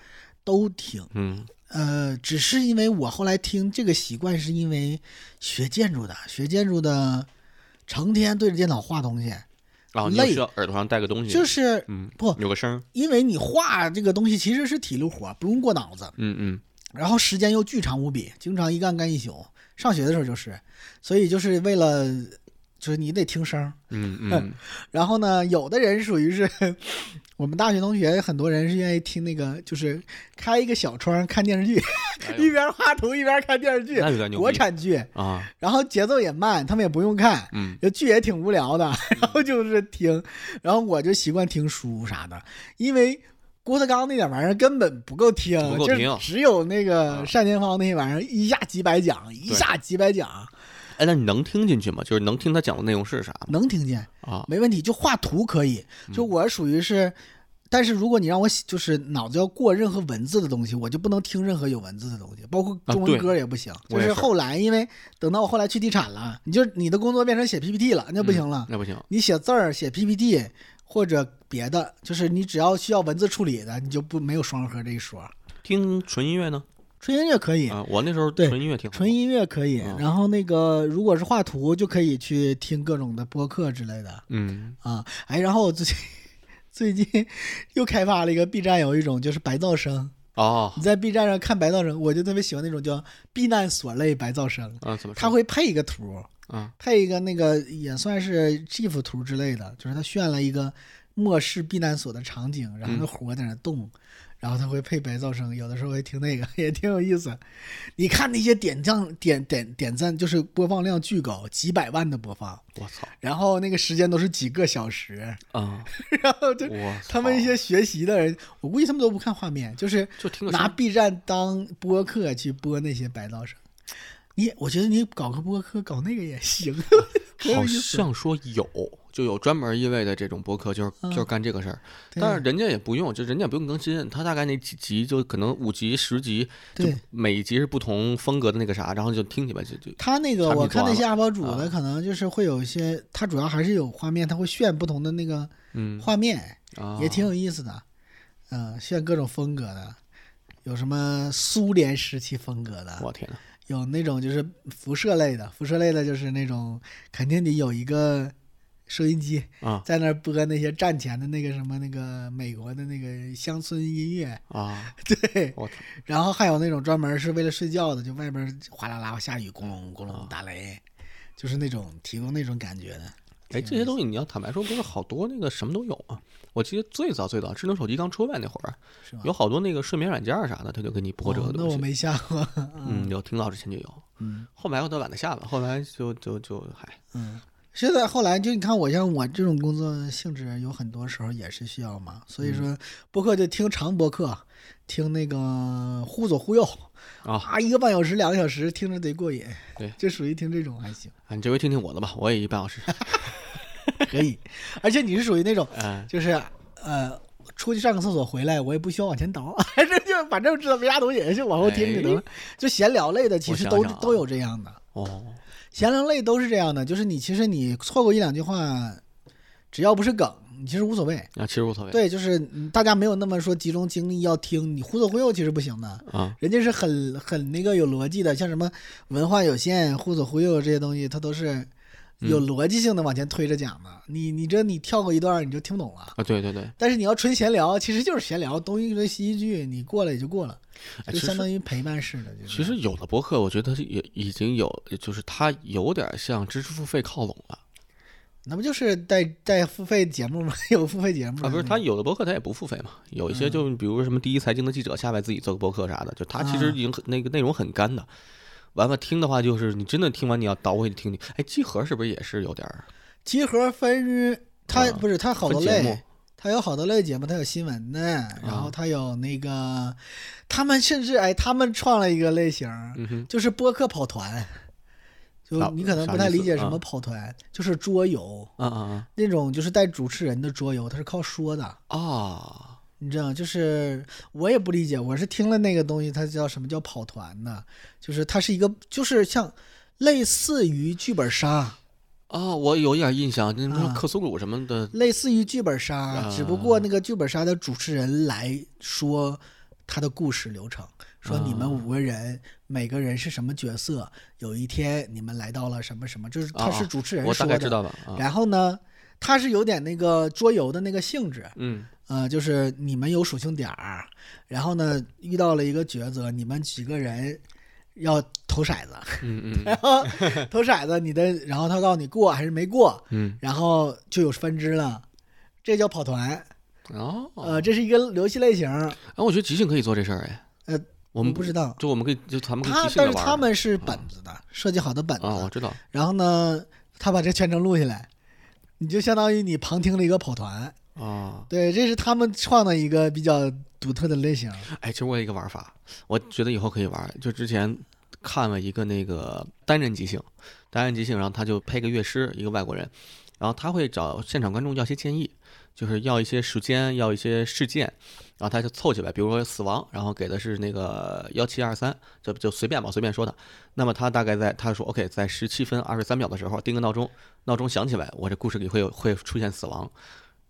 Speaker 2: 都听。
Speaker 1: 嗯
Speaker 2: 呃，只是因为我后来听这个习惯，是因为学建筑的，学建筑的成天对着电脑画东西，
Speaker 1: 然后你又
Speaker 2: 累
Speaker 1: 需要耳朵上带个东西，
Speaker 2: 就是
Speaker 1: 嗯，
Speaker 2: 不
Speaker 1: 有个声儿，
Speaker 2: 因为你画这个东西其实是体力活，不用过脑子，
Speaker 1: 嗯嗯，
Speaker 2: 然后时间又巨长无比，经常一干干一宿。上学的时候就是，所以就是为了，就是你得听声儿。
Speaker 1: 嗯嗯，
Speaker 2: 然后呢，有的人属于是 我们大学同学，很多人是愿意听那个，就是开一个小窗看电视剧，
Speaker 1: 哎呦
Speaker 2: 一边画图一边看电视剧
Speaker 1: 哎那，有点牛
Speaker 2: 国
Speaker 1: 逼
Speaker 2: 产剧，
Speaker 1: 啊，
Speaker 2: 然后节奏也慢，他们也不用看，
Speaker 1: 嗯
Speaker 2: 就剧也挺无聊的，然后就是听，然后我就习惯听书啥的，因为郭德纲那点玩意儿根本不够听，
Speaker 1: 不够
Speaker 2: 就
Speaker 1: 听
Speaker 2: 是只有那
Speaker 1: 啊
Speaker 2: 个单田芳那些玩意儿一下几百讲，一下几百讲，
Speaker 1: 哎，那你能听进去吗？就是能听他讲的内容是啥吗？
Speaker 2: 能听见
Speaker 1: 啊，
Speaker 2: 没问题，就画图可以，
Speaker 1: 嗯
Speaker 2: 就我属于是。但是如果你让我写就是脑子要过任何文字的东西，我就不能听任何有文字的东西，包括
Speaker 1: 啊
Speaker 2: 中
Speaker 1: 对
Speaker 2: 文歌也不行。
Speaker 1: 我
Speaker 2: 就
Speaker 1: 也
Speaker 2: 是
Speaker 1: 是
Speaker 2: 后来，因为等到我后来去地产了，你就你的工作变成写 PPT 了，那不行了。
Speaker 1: 嗯那不行，
Speaker 2: 你写字儿、写 PPT 或者别的，就是你只要需要文字处理的，你就不没有双核这一说。
Speaker 1: 听纯音乐呢？
Speaker 2: 纯音乐可以，
Speaker 1: 啊，我那时候
Speaker 2: 对
Speaker 1: 纯音乐挺好
Speaker 2: 纯音乐可以。
Speaker 1: 嗯
Speaker 2: 然后那个如果是画图，就可以去听各种的播客之类的
Speaker 1: 嗯，
Speaker 2: 啊。哎，然后我最近最近又开发了一个 B 站有一种就是白噪声，
Speaker 1: 哦，
Speaker 2: 你在 B 站上看白噪声，我就特别喜欢那种叫避难所类白噪声，
Speaker 1: 啊，怎么
Speaker 2: 它
Speaker 1: 说？
Speaker 2: 会配一个图，
Speaker 1: 啊，
Speaker 2: 配一个那个也算是 GIF 图之类的，就是他炫了一个末世避难所的场景，然后那火在那动，然后他会配白噪声，有的时候会听那个， 也挺有意思。你看那些点赞点点点赞，就是播放量巨高，几百万的播放，
Speaker 1: 我 操
Speaker 2: 然后那个时间都是几个小时，
Speaker 1: 啊，
Speaker 2: 然后就
Speaker 1: 我
Speaker 2: 他们一
Speaker 1: 操
Speaker 2: 些学习的人，我估计他们都不看画面，就是
Speaker 1: 就听个
Speaker 2: 拿
Speaker 1: 声
Speaker 2: B 站当播客去播那些白噪声。你我觉得你搞个播客，搞那个也行，可有
Speaker 1: 好
Speaker 2: 意思
Speaker 1: 像说有，就有专门一位的这种博客，就是
Speaker 2: 嗯
Speaker 1: 就是干这个事儿，
Speaker 2: 对
Speaker 1: 但是人家也不用，就人家也不用更新，他大概那几集就可能五集、十集，就
Speaker 2: 对
Speaker 1: 每一集是不同风格的那个啥，然后就听去吧，就就
Speaker 2: 他那个
Speaker 1: 产品
Speaker 2: 我看
Speaker 1: 端
Speaker 2: 那些
Speaker 1: 了
Speaker 2: UP 主的
Speaker 1: 啊
Speaker 2: 可能就是会有一些，他主要还是有画面，他会炫不同的那个
Speaker 1: 嗯
Speaker 2: 画面，
Speaker 1: 啊，
Speaker 2: 也挺有意思的。嗯，炫各种风格的，有什么苏联时期风格的，
Speaker 1: 我天呐，
Speaker 2: 有那种就是辐射类的，辐射类的就是那种肯定得有一个收音机
Speaker 1: 啊
Speaker 2: 在那儿播那些战前的那个什么那个美国的那个乡村音乐，
Speaker 1: 啊，
Speaker 2: 对，
Speaker 1: 我操，
Speaker 2: 然后还有那种专门是为了睡觉的，就外边哗啦啦下雨，轰隆轰隆打雷，就是那种提供那种感觉的。
Speaker 1: 哎，这些东西你要坦白说，不是好多那个什么都有啊。我记得最早最早智能手机刚出来那会儿
Speaker 2: 是吗，
Speaker 1: 有好多那个睡眠软件儿啥的，他就给你播这
Speaker 2: 哦
Speaker 1: 个
Speaker 2: 那
Speaker 1: 东
Speaker 2: 我
Speaker 1: 西。嗯
Speaker 2: 没下过。
Speaker 1: 嗯，有挺早之前就有，
Speaker 2: 嗯
Speaker 1: 后来我都懒得下了，后来就就就嗨，
Speaker 2: 嗯，是的，后来就你看我像我这种工作性质，有很多时候也是需要嘛，所以说播客就听长播客，听那个忽左忽右
Speaker 1: 啊，
Speaker 2: 啊，一个半小时、两个小时，听着贼过瘾。
Speaker 1: 对
Speaker 2: 就属于听这种还行，
Speaker 1: 啊你这回听听我的吧，我也一半小时。
Speaker 2: 可以。 而且你是属于那种，
Speaker 1: 嗯，
Speaker 2: 就是呃，出去上个厕所回来，我也不需要往前倒， 这就反正知道没啥东西，就往后听就得了。就闲聊类的，
Speaker 1: 哎
Speaker 2: 其
Speaker 1: 我
Speaker 2: 实
Speaker 1: 想
Speaker 2: 都
Speaker 1: 想啊
Speaker 2: 都有这样的。
Speaker 1: 哦，
Speaker 2: 闲聊类都是这样的，就是你其实你错过一两句话，只要不是梗，你其实无所谓。
Speaker 1: 啊，其实无所谓。
Speaker 2: 对，就是嗯大家没有那么说集中精力要听，你忽左忽右其实不行的。
Speaker 1: 啊，
Speaker 2: 人家是很很那个有逻辑的，像什么文化有限、忽左忽右这些东西，它都是
Speaker 1: 嗯
Speaker 2: 有逻辑性的往前推着讲的。你你这你跳过一段儿你就听不懂了。
Speaker 1: 啊，对对对，
Speaker 2: 但是你要纯闲聊，其实就是闲聊，东一句西一句，你过了也就过了，
Speaker 1: 哎
Speaker 2: 就
Speaker 1: 其
Speaker 2: 相
Speaker 1: 实
Speaker 2: 当于陪伴式的。就是
Speaker 1: 其实有的博客，我觉得也已经有，就是它有点向知识付费靠拢了
Speaker 2: 那不就是带带付费节目吗？有付费节
Speaker 1: 啊，
Speaker 2: 目
Speaker 1: 不是，
Speaker 2: 的
Speaker 1: 它
Speaker 2: 那
Speaker 1: 有的博客它也不付费嘛，有一些就比如什么第一财经的记者下来自己做个博客啥的，就它其实
Speaker 2: 嗯啊
Speaker 1: 已经很那个内容很干的。完了听的话，就是你真的听完你要倒回去听你，哎，集合是不是也是有点儿
Speaker 2: 个集合分日，它
Speaker 1: 啊
Speaker 2: 不是它好
Speaker 1: 分
Speaker 2: 多
Speaker 1: 节目啊
Speaker 2: 类，它有好多类节目，它有新闻的，然后它有那个，他们甚至哎，他们创了一个类型，
Speaker 1: 嗯哼，
Speaker 2: 就是播客跑团。就
Speaker 1: 啥
Speaker 2: 你可能
Speaker 1: 啥
Speaker 2: 不
Speaker 1: 意
Speaker 2: 太理
Speaker 1: 思
Speaker 2: 解什
Speaker 1: 啊
Speaker 2: 么跑团，就是桌游
Speaker 1: 啊啊
Speaker 2: 那种，就是带主持人的桌游，它是靠说的。
Speaker 1: 啊啊！
Speaker 2: 你知道，就是我也不理解，我是听了那个东西，它叫什么叫跑团呢？就是它是一个，就是像类似于剧本杀，
Speaker 1: 啊，我有一点印象，那什么
Speaker 2: 啊
Speaker 1: 克苏鲁什么的，
Speaker 2: 类似于剧本
Speaker 1: 啊
Speaker 2: 杀，只不过那个剧本杀的主持人来说他的故事流程，说你们五个人每个人是什么角色，有一天你们来到了什么什么，就是他
Speaker 1: 啊
Speaker 2: 是主持人
Speaker 1: 我大
Speaker 2: 说
Speaker 1: 概知
Speaker 2: 的。
Speaker 1: 道了啊，
Speaker 2: 然后呢，他是有点那个桌游的那个性质，
Speaker 1: 嗯
Speaker 2: 呃，就是你们有属性点儿，然后呢遇到了一个抉择，你们几个人要投骰子，
Speaker 1: 嗯嗯嗯
Speaker 2: 然后投骰子你的，然后他告诉你过还是没过，
Speaker 1: 嗯，
Speaker 2: 然后就有分支了，这叫跑团，
Speaker 1: 哦，
Speaker 2: 呃，这是一个游戏类型，
Speaker 1: 哎，我觉得即兴可以做这事儿哎。
Speaker 2: 呃，
Speaker 1: 我们
Speaker 2: 不知道
Speaker 1: 就我们可以就咱们可以
Speaker 2: 他
Speaker 1: 即兴
Speaker 2: 但
Speaker 1: 的
Speaker 2: 是
Speaker 1: 玩儿
Speaker 2: 他们是本子的，设计好的本
Speaker 1: 啊，我
Speaker 2: 子，
Speaker 1: 知道
Speaker 2: 然后呢，他把这全程录下来，你就相当于你旁听了一个跑团，
Speaker 1: 啊。
Speaker 2: 对，这是他们创的一个比较独特的类型，
Speaker 1: 哎，其实我有一个玩法，我觉得以后可以玩儿。就之前看了一个那个单人即兴，单人即兴，然后他就配个乐师，一个外国人，然后他会找现场观众要一些建议，就是要一些时间，要一些事件，然后他就凑起来，比如说死亡，然后给的是那个幺七二三，就就随便吧，随便说的。那么他大概在他说 OK，在十七分二十三秒的时候定个闹钟，闹钟响起来，我这故事里会有会出现死亡，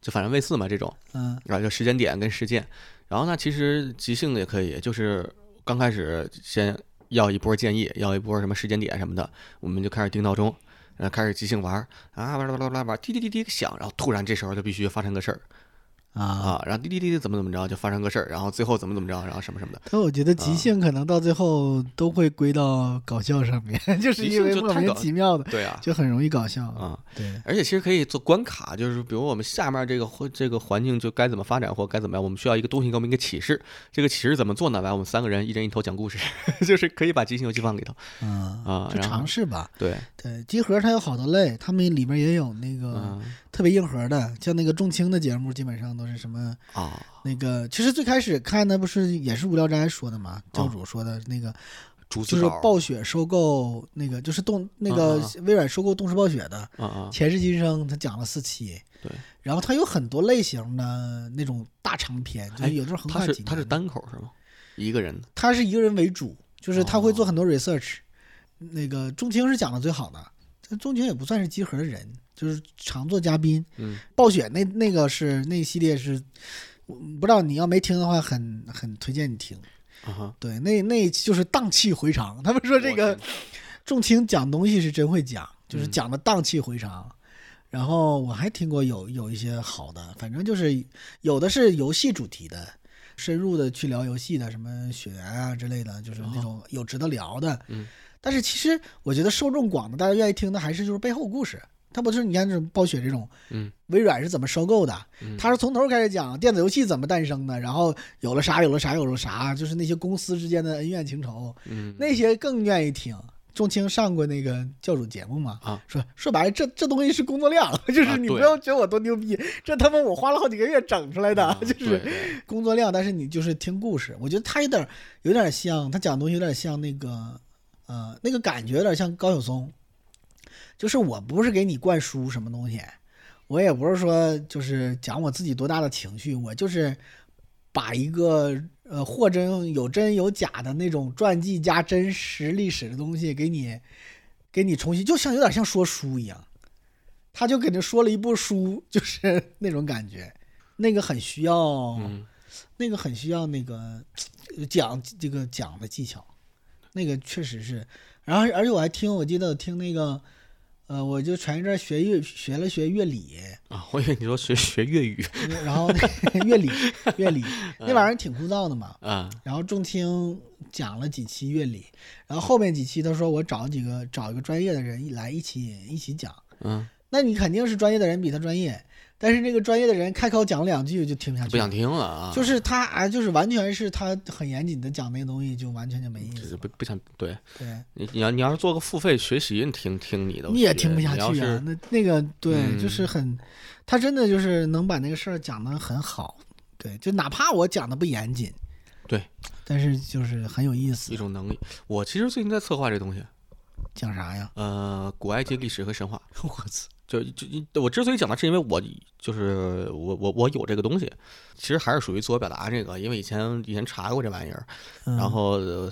Speaker 1: 就反正类似啊嘛这种。
Speaker 2: 嗯
Speaker 1: 然后就时间点跟事件，然后呢，其实即兴的也可以，就是刚开始先要一波建议，要一波什么时间点什么的，我们就开始定闹钟，然后开始即兴玩儿啊，玩儿玩儿玩儿玩儿玩儿，滴滴滴滴响，然后突然这时候就必须发生个事儿
Speaker 2: 啊。
Speaker 1: 啊，然后滴滴滴滴怎么怎么着就发生个事儿，然后最后怎么怎么着，然后什么什么的，
Speaker 2: 但我觉得
Speaker 1: 啊
Speaker 2: 即兴可能到最后都会归到搞笑上面， 就是因为
Speaker 1: 即兴就
Speaker 2: 莫
Speaker 1: 太
Speaker 2: 名
Speaker 1: 搞
Speaker 2: 其妙的
Speaker 1: 对啊，
Speaker 2: 就很容易搞笑。
Speaker 1: 啊。
Speaker 2: 对，
Speaker 1: 而且其实可以做关卡，就是比如我们下面这个环这个环境就该怎么发展或该怎么样，我们需要一个东西给我们一个启示。这个启示怎么做呢？来，我们三个人一人一头讲故事， 就是可以把即兴游戏放里头
Speaker 2: 嗯
Speaker 1: 啊，
Speaker 2: 就
Speaker 1: 然后
Speaker 2: 尝试吧。
Speaker 1: 对，
Speaker 2: 对，集合它有好多类，他们里边也有那个
Speaker 1: 嗯
Speaker 2: 特别硬核的，像那个重轻的节目，基本上都是什么
Speaker 1: 啊，
Speaker 2: 那个。其实最开始看的不是也是无聊斋说的嘛，教
Speaker 1: 哦
Speaker 2: 主说的那个，
Speaker 1: 竹子
Speaker 2: 就是
Speaker 1: 稿
Speaker 2: 暴雪收购那个，就是动那个
Speaker 1: 啊啊
Speaker 2: 微软收购动视暴雪的，
Speaker 1: 啊啊，
Speaker 2: 前世今生，他讲了四期。
Speaker 1: 对，
Speaker 2: 然后他有很多类型的那种大长篇，就
Speaker 1: 哎
Speaker 2: 是有的时候横
Speaker 1: 他
Speaker 2: 跨
Speaker 1: 是
Speaker 2: 几年
Speaker 1: 他是
Speaker 2: 的
Speaker 1: 单口是吗？一个人的
Speaker 2: 他是一个人为主，就是他会做
Speaker 1: 哦
Speaker 2: 很多 research、那个钟情是讲的最好的，但钟情也不算是集合的人，就是常做嘉宾。
Speaker 1: 嗯，
Speaker 2: 暴雪那那个是那一系列是，我不知道你要没听的话很，很推荐你听。
Speaker 1: 啊哈，
Speaker 2: 对，那那就是荡气回肠。他们说这
Speaker 1: 我
Speaker 2: 个
Speaker 1: 天
Speaker 2: 重情讲东西是真会讲，就是
Speaker 1: 嗯
Speaker 2: 讲的荡气回肠。然后我还听过有有一些好的，反正就是有的是游戏主题的，深入的去聊游戏的，什么血缘啊之类的，就是那种有值得聊的。
Speaker 1: 嗯。
Speaker 2: 但是其实我觉得受众广的，大家愿意听的还是就是背后故事。它不就是你看这种暴雪这种，
Speaker 1: 嗯，
Speaker 2: 微软是怎么收购的？
Speaker 1: 嗯
Speaker 2: 它是从头开始讲电子游戏怎么诞生的，然后有了啥，有了啥，有了啥，就是那些公司之间的恩怨情仇，
Speaker 1: 嗯
Speaker 2: 那些更愿意听。钟青上过那个教主节目嘛，
Speaker 1: 啊
Speaker 2: 说说白了，这这东西是工作量， 就是你
Speaker 1: 对
Speaker 2: 不要觉得我多牛逼，这他妈我花了好几个月整出来的，
Speaker 1: 嗯
Speaker 2: 就是
Speaker 1: 对对
Speaker 2: 工作量，但是你就是听故事，我觉得他有点有点像，他讲的东西有点像那个，呃，那个感觉有点像高晓松，就是我不是给你灌输什么东西，我也不是说就是讲我自己多大的情绪，我就是把一个呃或真有真有假的那种传记加真实历史的东西给你给你重新，就像有点像说书一样，他就给这说了一部书，就是那种感觉。那个很需要，
Speaker 1: 嗯，
Speaker 2: 那个很需要那个呃讲这个讲的技巧，那个确实是。然后而且我还听，我记得我听那个，呃，我就前一阵儿学乐学了学乐理，
Speaker 1: 啊，我以为你说学学粤语
Speaker 2: 然后乐理乐理那玩意儿挺枯燥的嘛。
Speaker 1: 啊，
Speaker 2: 然后仲青讲了几期乐理，然后后面几期他说我找几个找一个专业的人一来一起一起讲，
Speaker 1: 嗯，
Speaker 2: 那你肯定是专业的人比他专业，但是那个专业的人开口讲两句就听不下去，
Speaker 1: 不想听了啊，
Speaker 2: 就是他啊，就是完全是他很严谨的讲那个东西，就完全就没意
Speaker 1: 就
Speaker 2: 思
Speaker 1: 是
Speaker 2: 了。
Speaker 1: 不不想对
Speaker 2: 对，
Speaker 1: 你你要你要是做个付费学习，你听听你的，我
Speaker 2: 你也
Speaker 1: 觉
Speaker 2: 听
Speaker 1: 得
Speaker 2: 不下
Speaker 1: 你要
Speaker 2: 去啊
Speaker 1: 是。
Speaker 2: 那那个对，
Speaker 1: 嗯
Speaker 2: 就是很，他真的就是能把那个事儿讲得很好。对，就哪怕我讲的不严谨，
Speaker 1: 对，
Speaker 2: 但是就是很有意
Speaker 1: 一
Speaker 2: 思。
Speaker 1: 种能力。我其实最近在策划这东西，
Speaker 2: 讲 啥呀？
Speaker 1: 呃，古埃及历史和神话。
Speaker 2: 我操！
Speaker 1: 就就就我之所以讲它，是因为我就是我我我有这个东西，其实还是属于自我表达这个，因为以前以前查过这玩意儿，
Speaker 2: 嗯
Speaker 1: 然后呃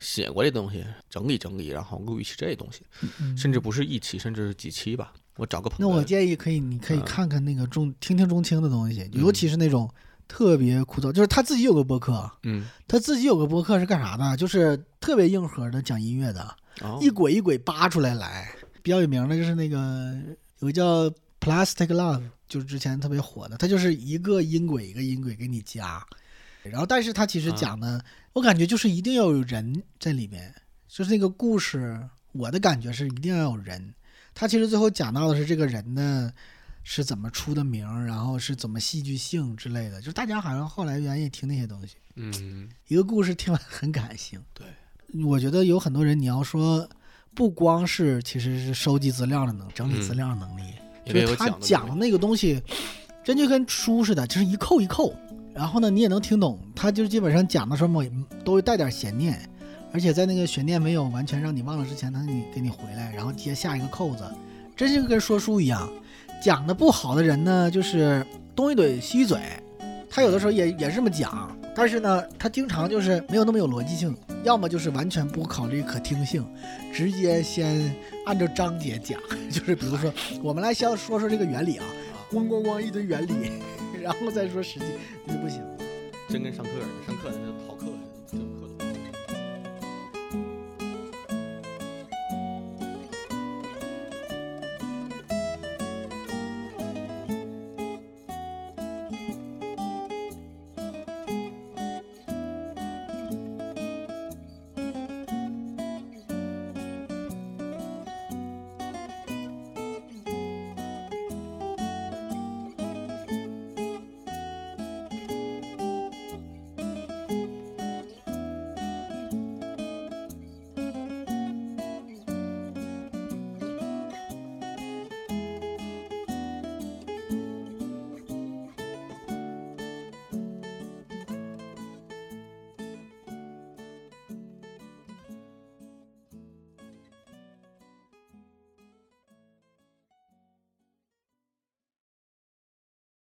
Speaker 1: 写过这东西，整理整理，然后录一期这东西，
Speaker 2: 嗯
Speaker 1: 甚至不是一期，甚至是几期吧。我找个朋
Speaker 2: 那
Speaker 1: 友，
Speaker 2: 我建议可以，你可以
Speaker 1: 嗯
Speaker 2: 看看那个中，听听中青的东西，尤其是那种特别枯燥，就是他自己有个播客，
Speaker 1: 嗯，
Speaker 2: 他自己有个播客是干啥的？就是特别硬核的讲音乐的。
Speaker 1: 哦
Speaker 2: 一轨一轨扒出来来。比较有名的就是那个有个叫 Plastic Love，就是之前特别火的，它就是一个音轨一个音轨给你加，然后但是它其实讲的，我感觉就是一定要有人在里面，就是那个故事，我的感觉是一定要有人。它其实最后讲到的是这个人呢是怎么出的名儿，然后是怎么戏剧性之类的，就是大家好像后来愿意听那些东西。
Speaker 1: 嗯，
Speaker 2: 一个故事听完很感性。
Speaker 1: 对，
Speaker 2: 我觉得有很多人，你要说不光是其实是收集资料的能，整理
Speaker 1: 嗯
Speaker 2: 资料的能力，
Speaker 1: 因为
Speaker 2: 就是
Speaker 1: 有
Speaker 2: 他
Speaker 1: 的
Speaker 2: 讲的
Speaker 1: 东西
Speaker 2: 那个东西，真就跟书似的，就是一扣一扣。然后呢，你也能听懂，他就基本上讲的时候某都会带点悬念，而且在那个悬念没有完全让你忘了之前，他你给你回来，然后接下一个扣子，真是跟说书一样。讲的不好的人呢，就是东一嘴西一嘴，他有的时候也也是这么讲，但是呢，他经常就是没有那么有逻辑性，要么就是完全不考虑可听性，直接先按照章节讲， 就是比如说，我们来先说说这个原理啊，咣咣咣一堆原理， 然后再说实际，那就不行。
Speaker 1: 真跟上课似的，上课那就逃课似的，这种课。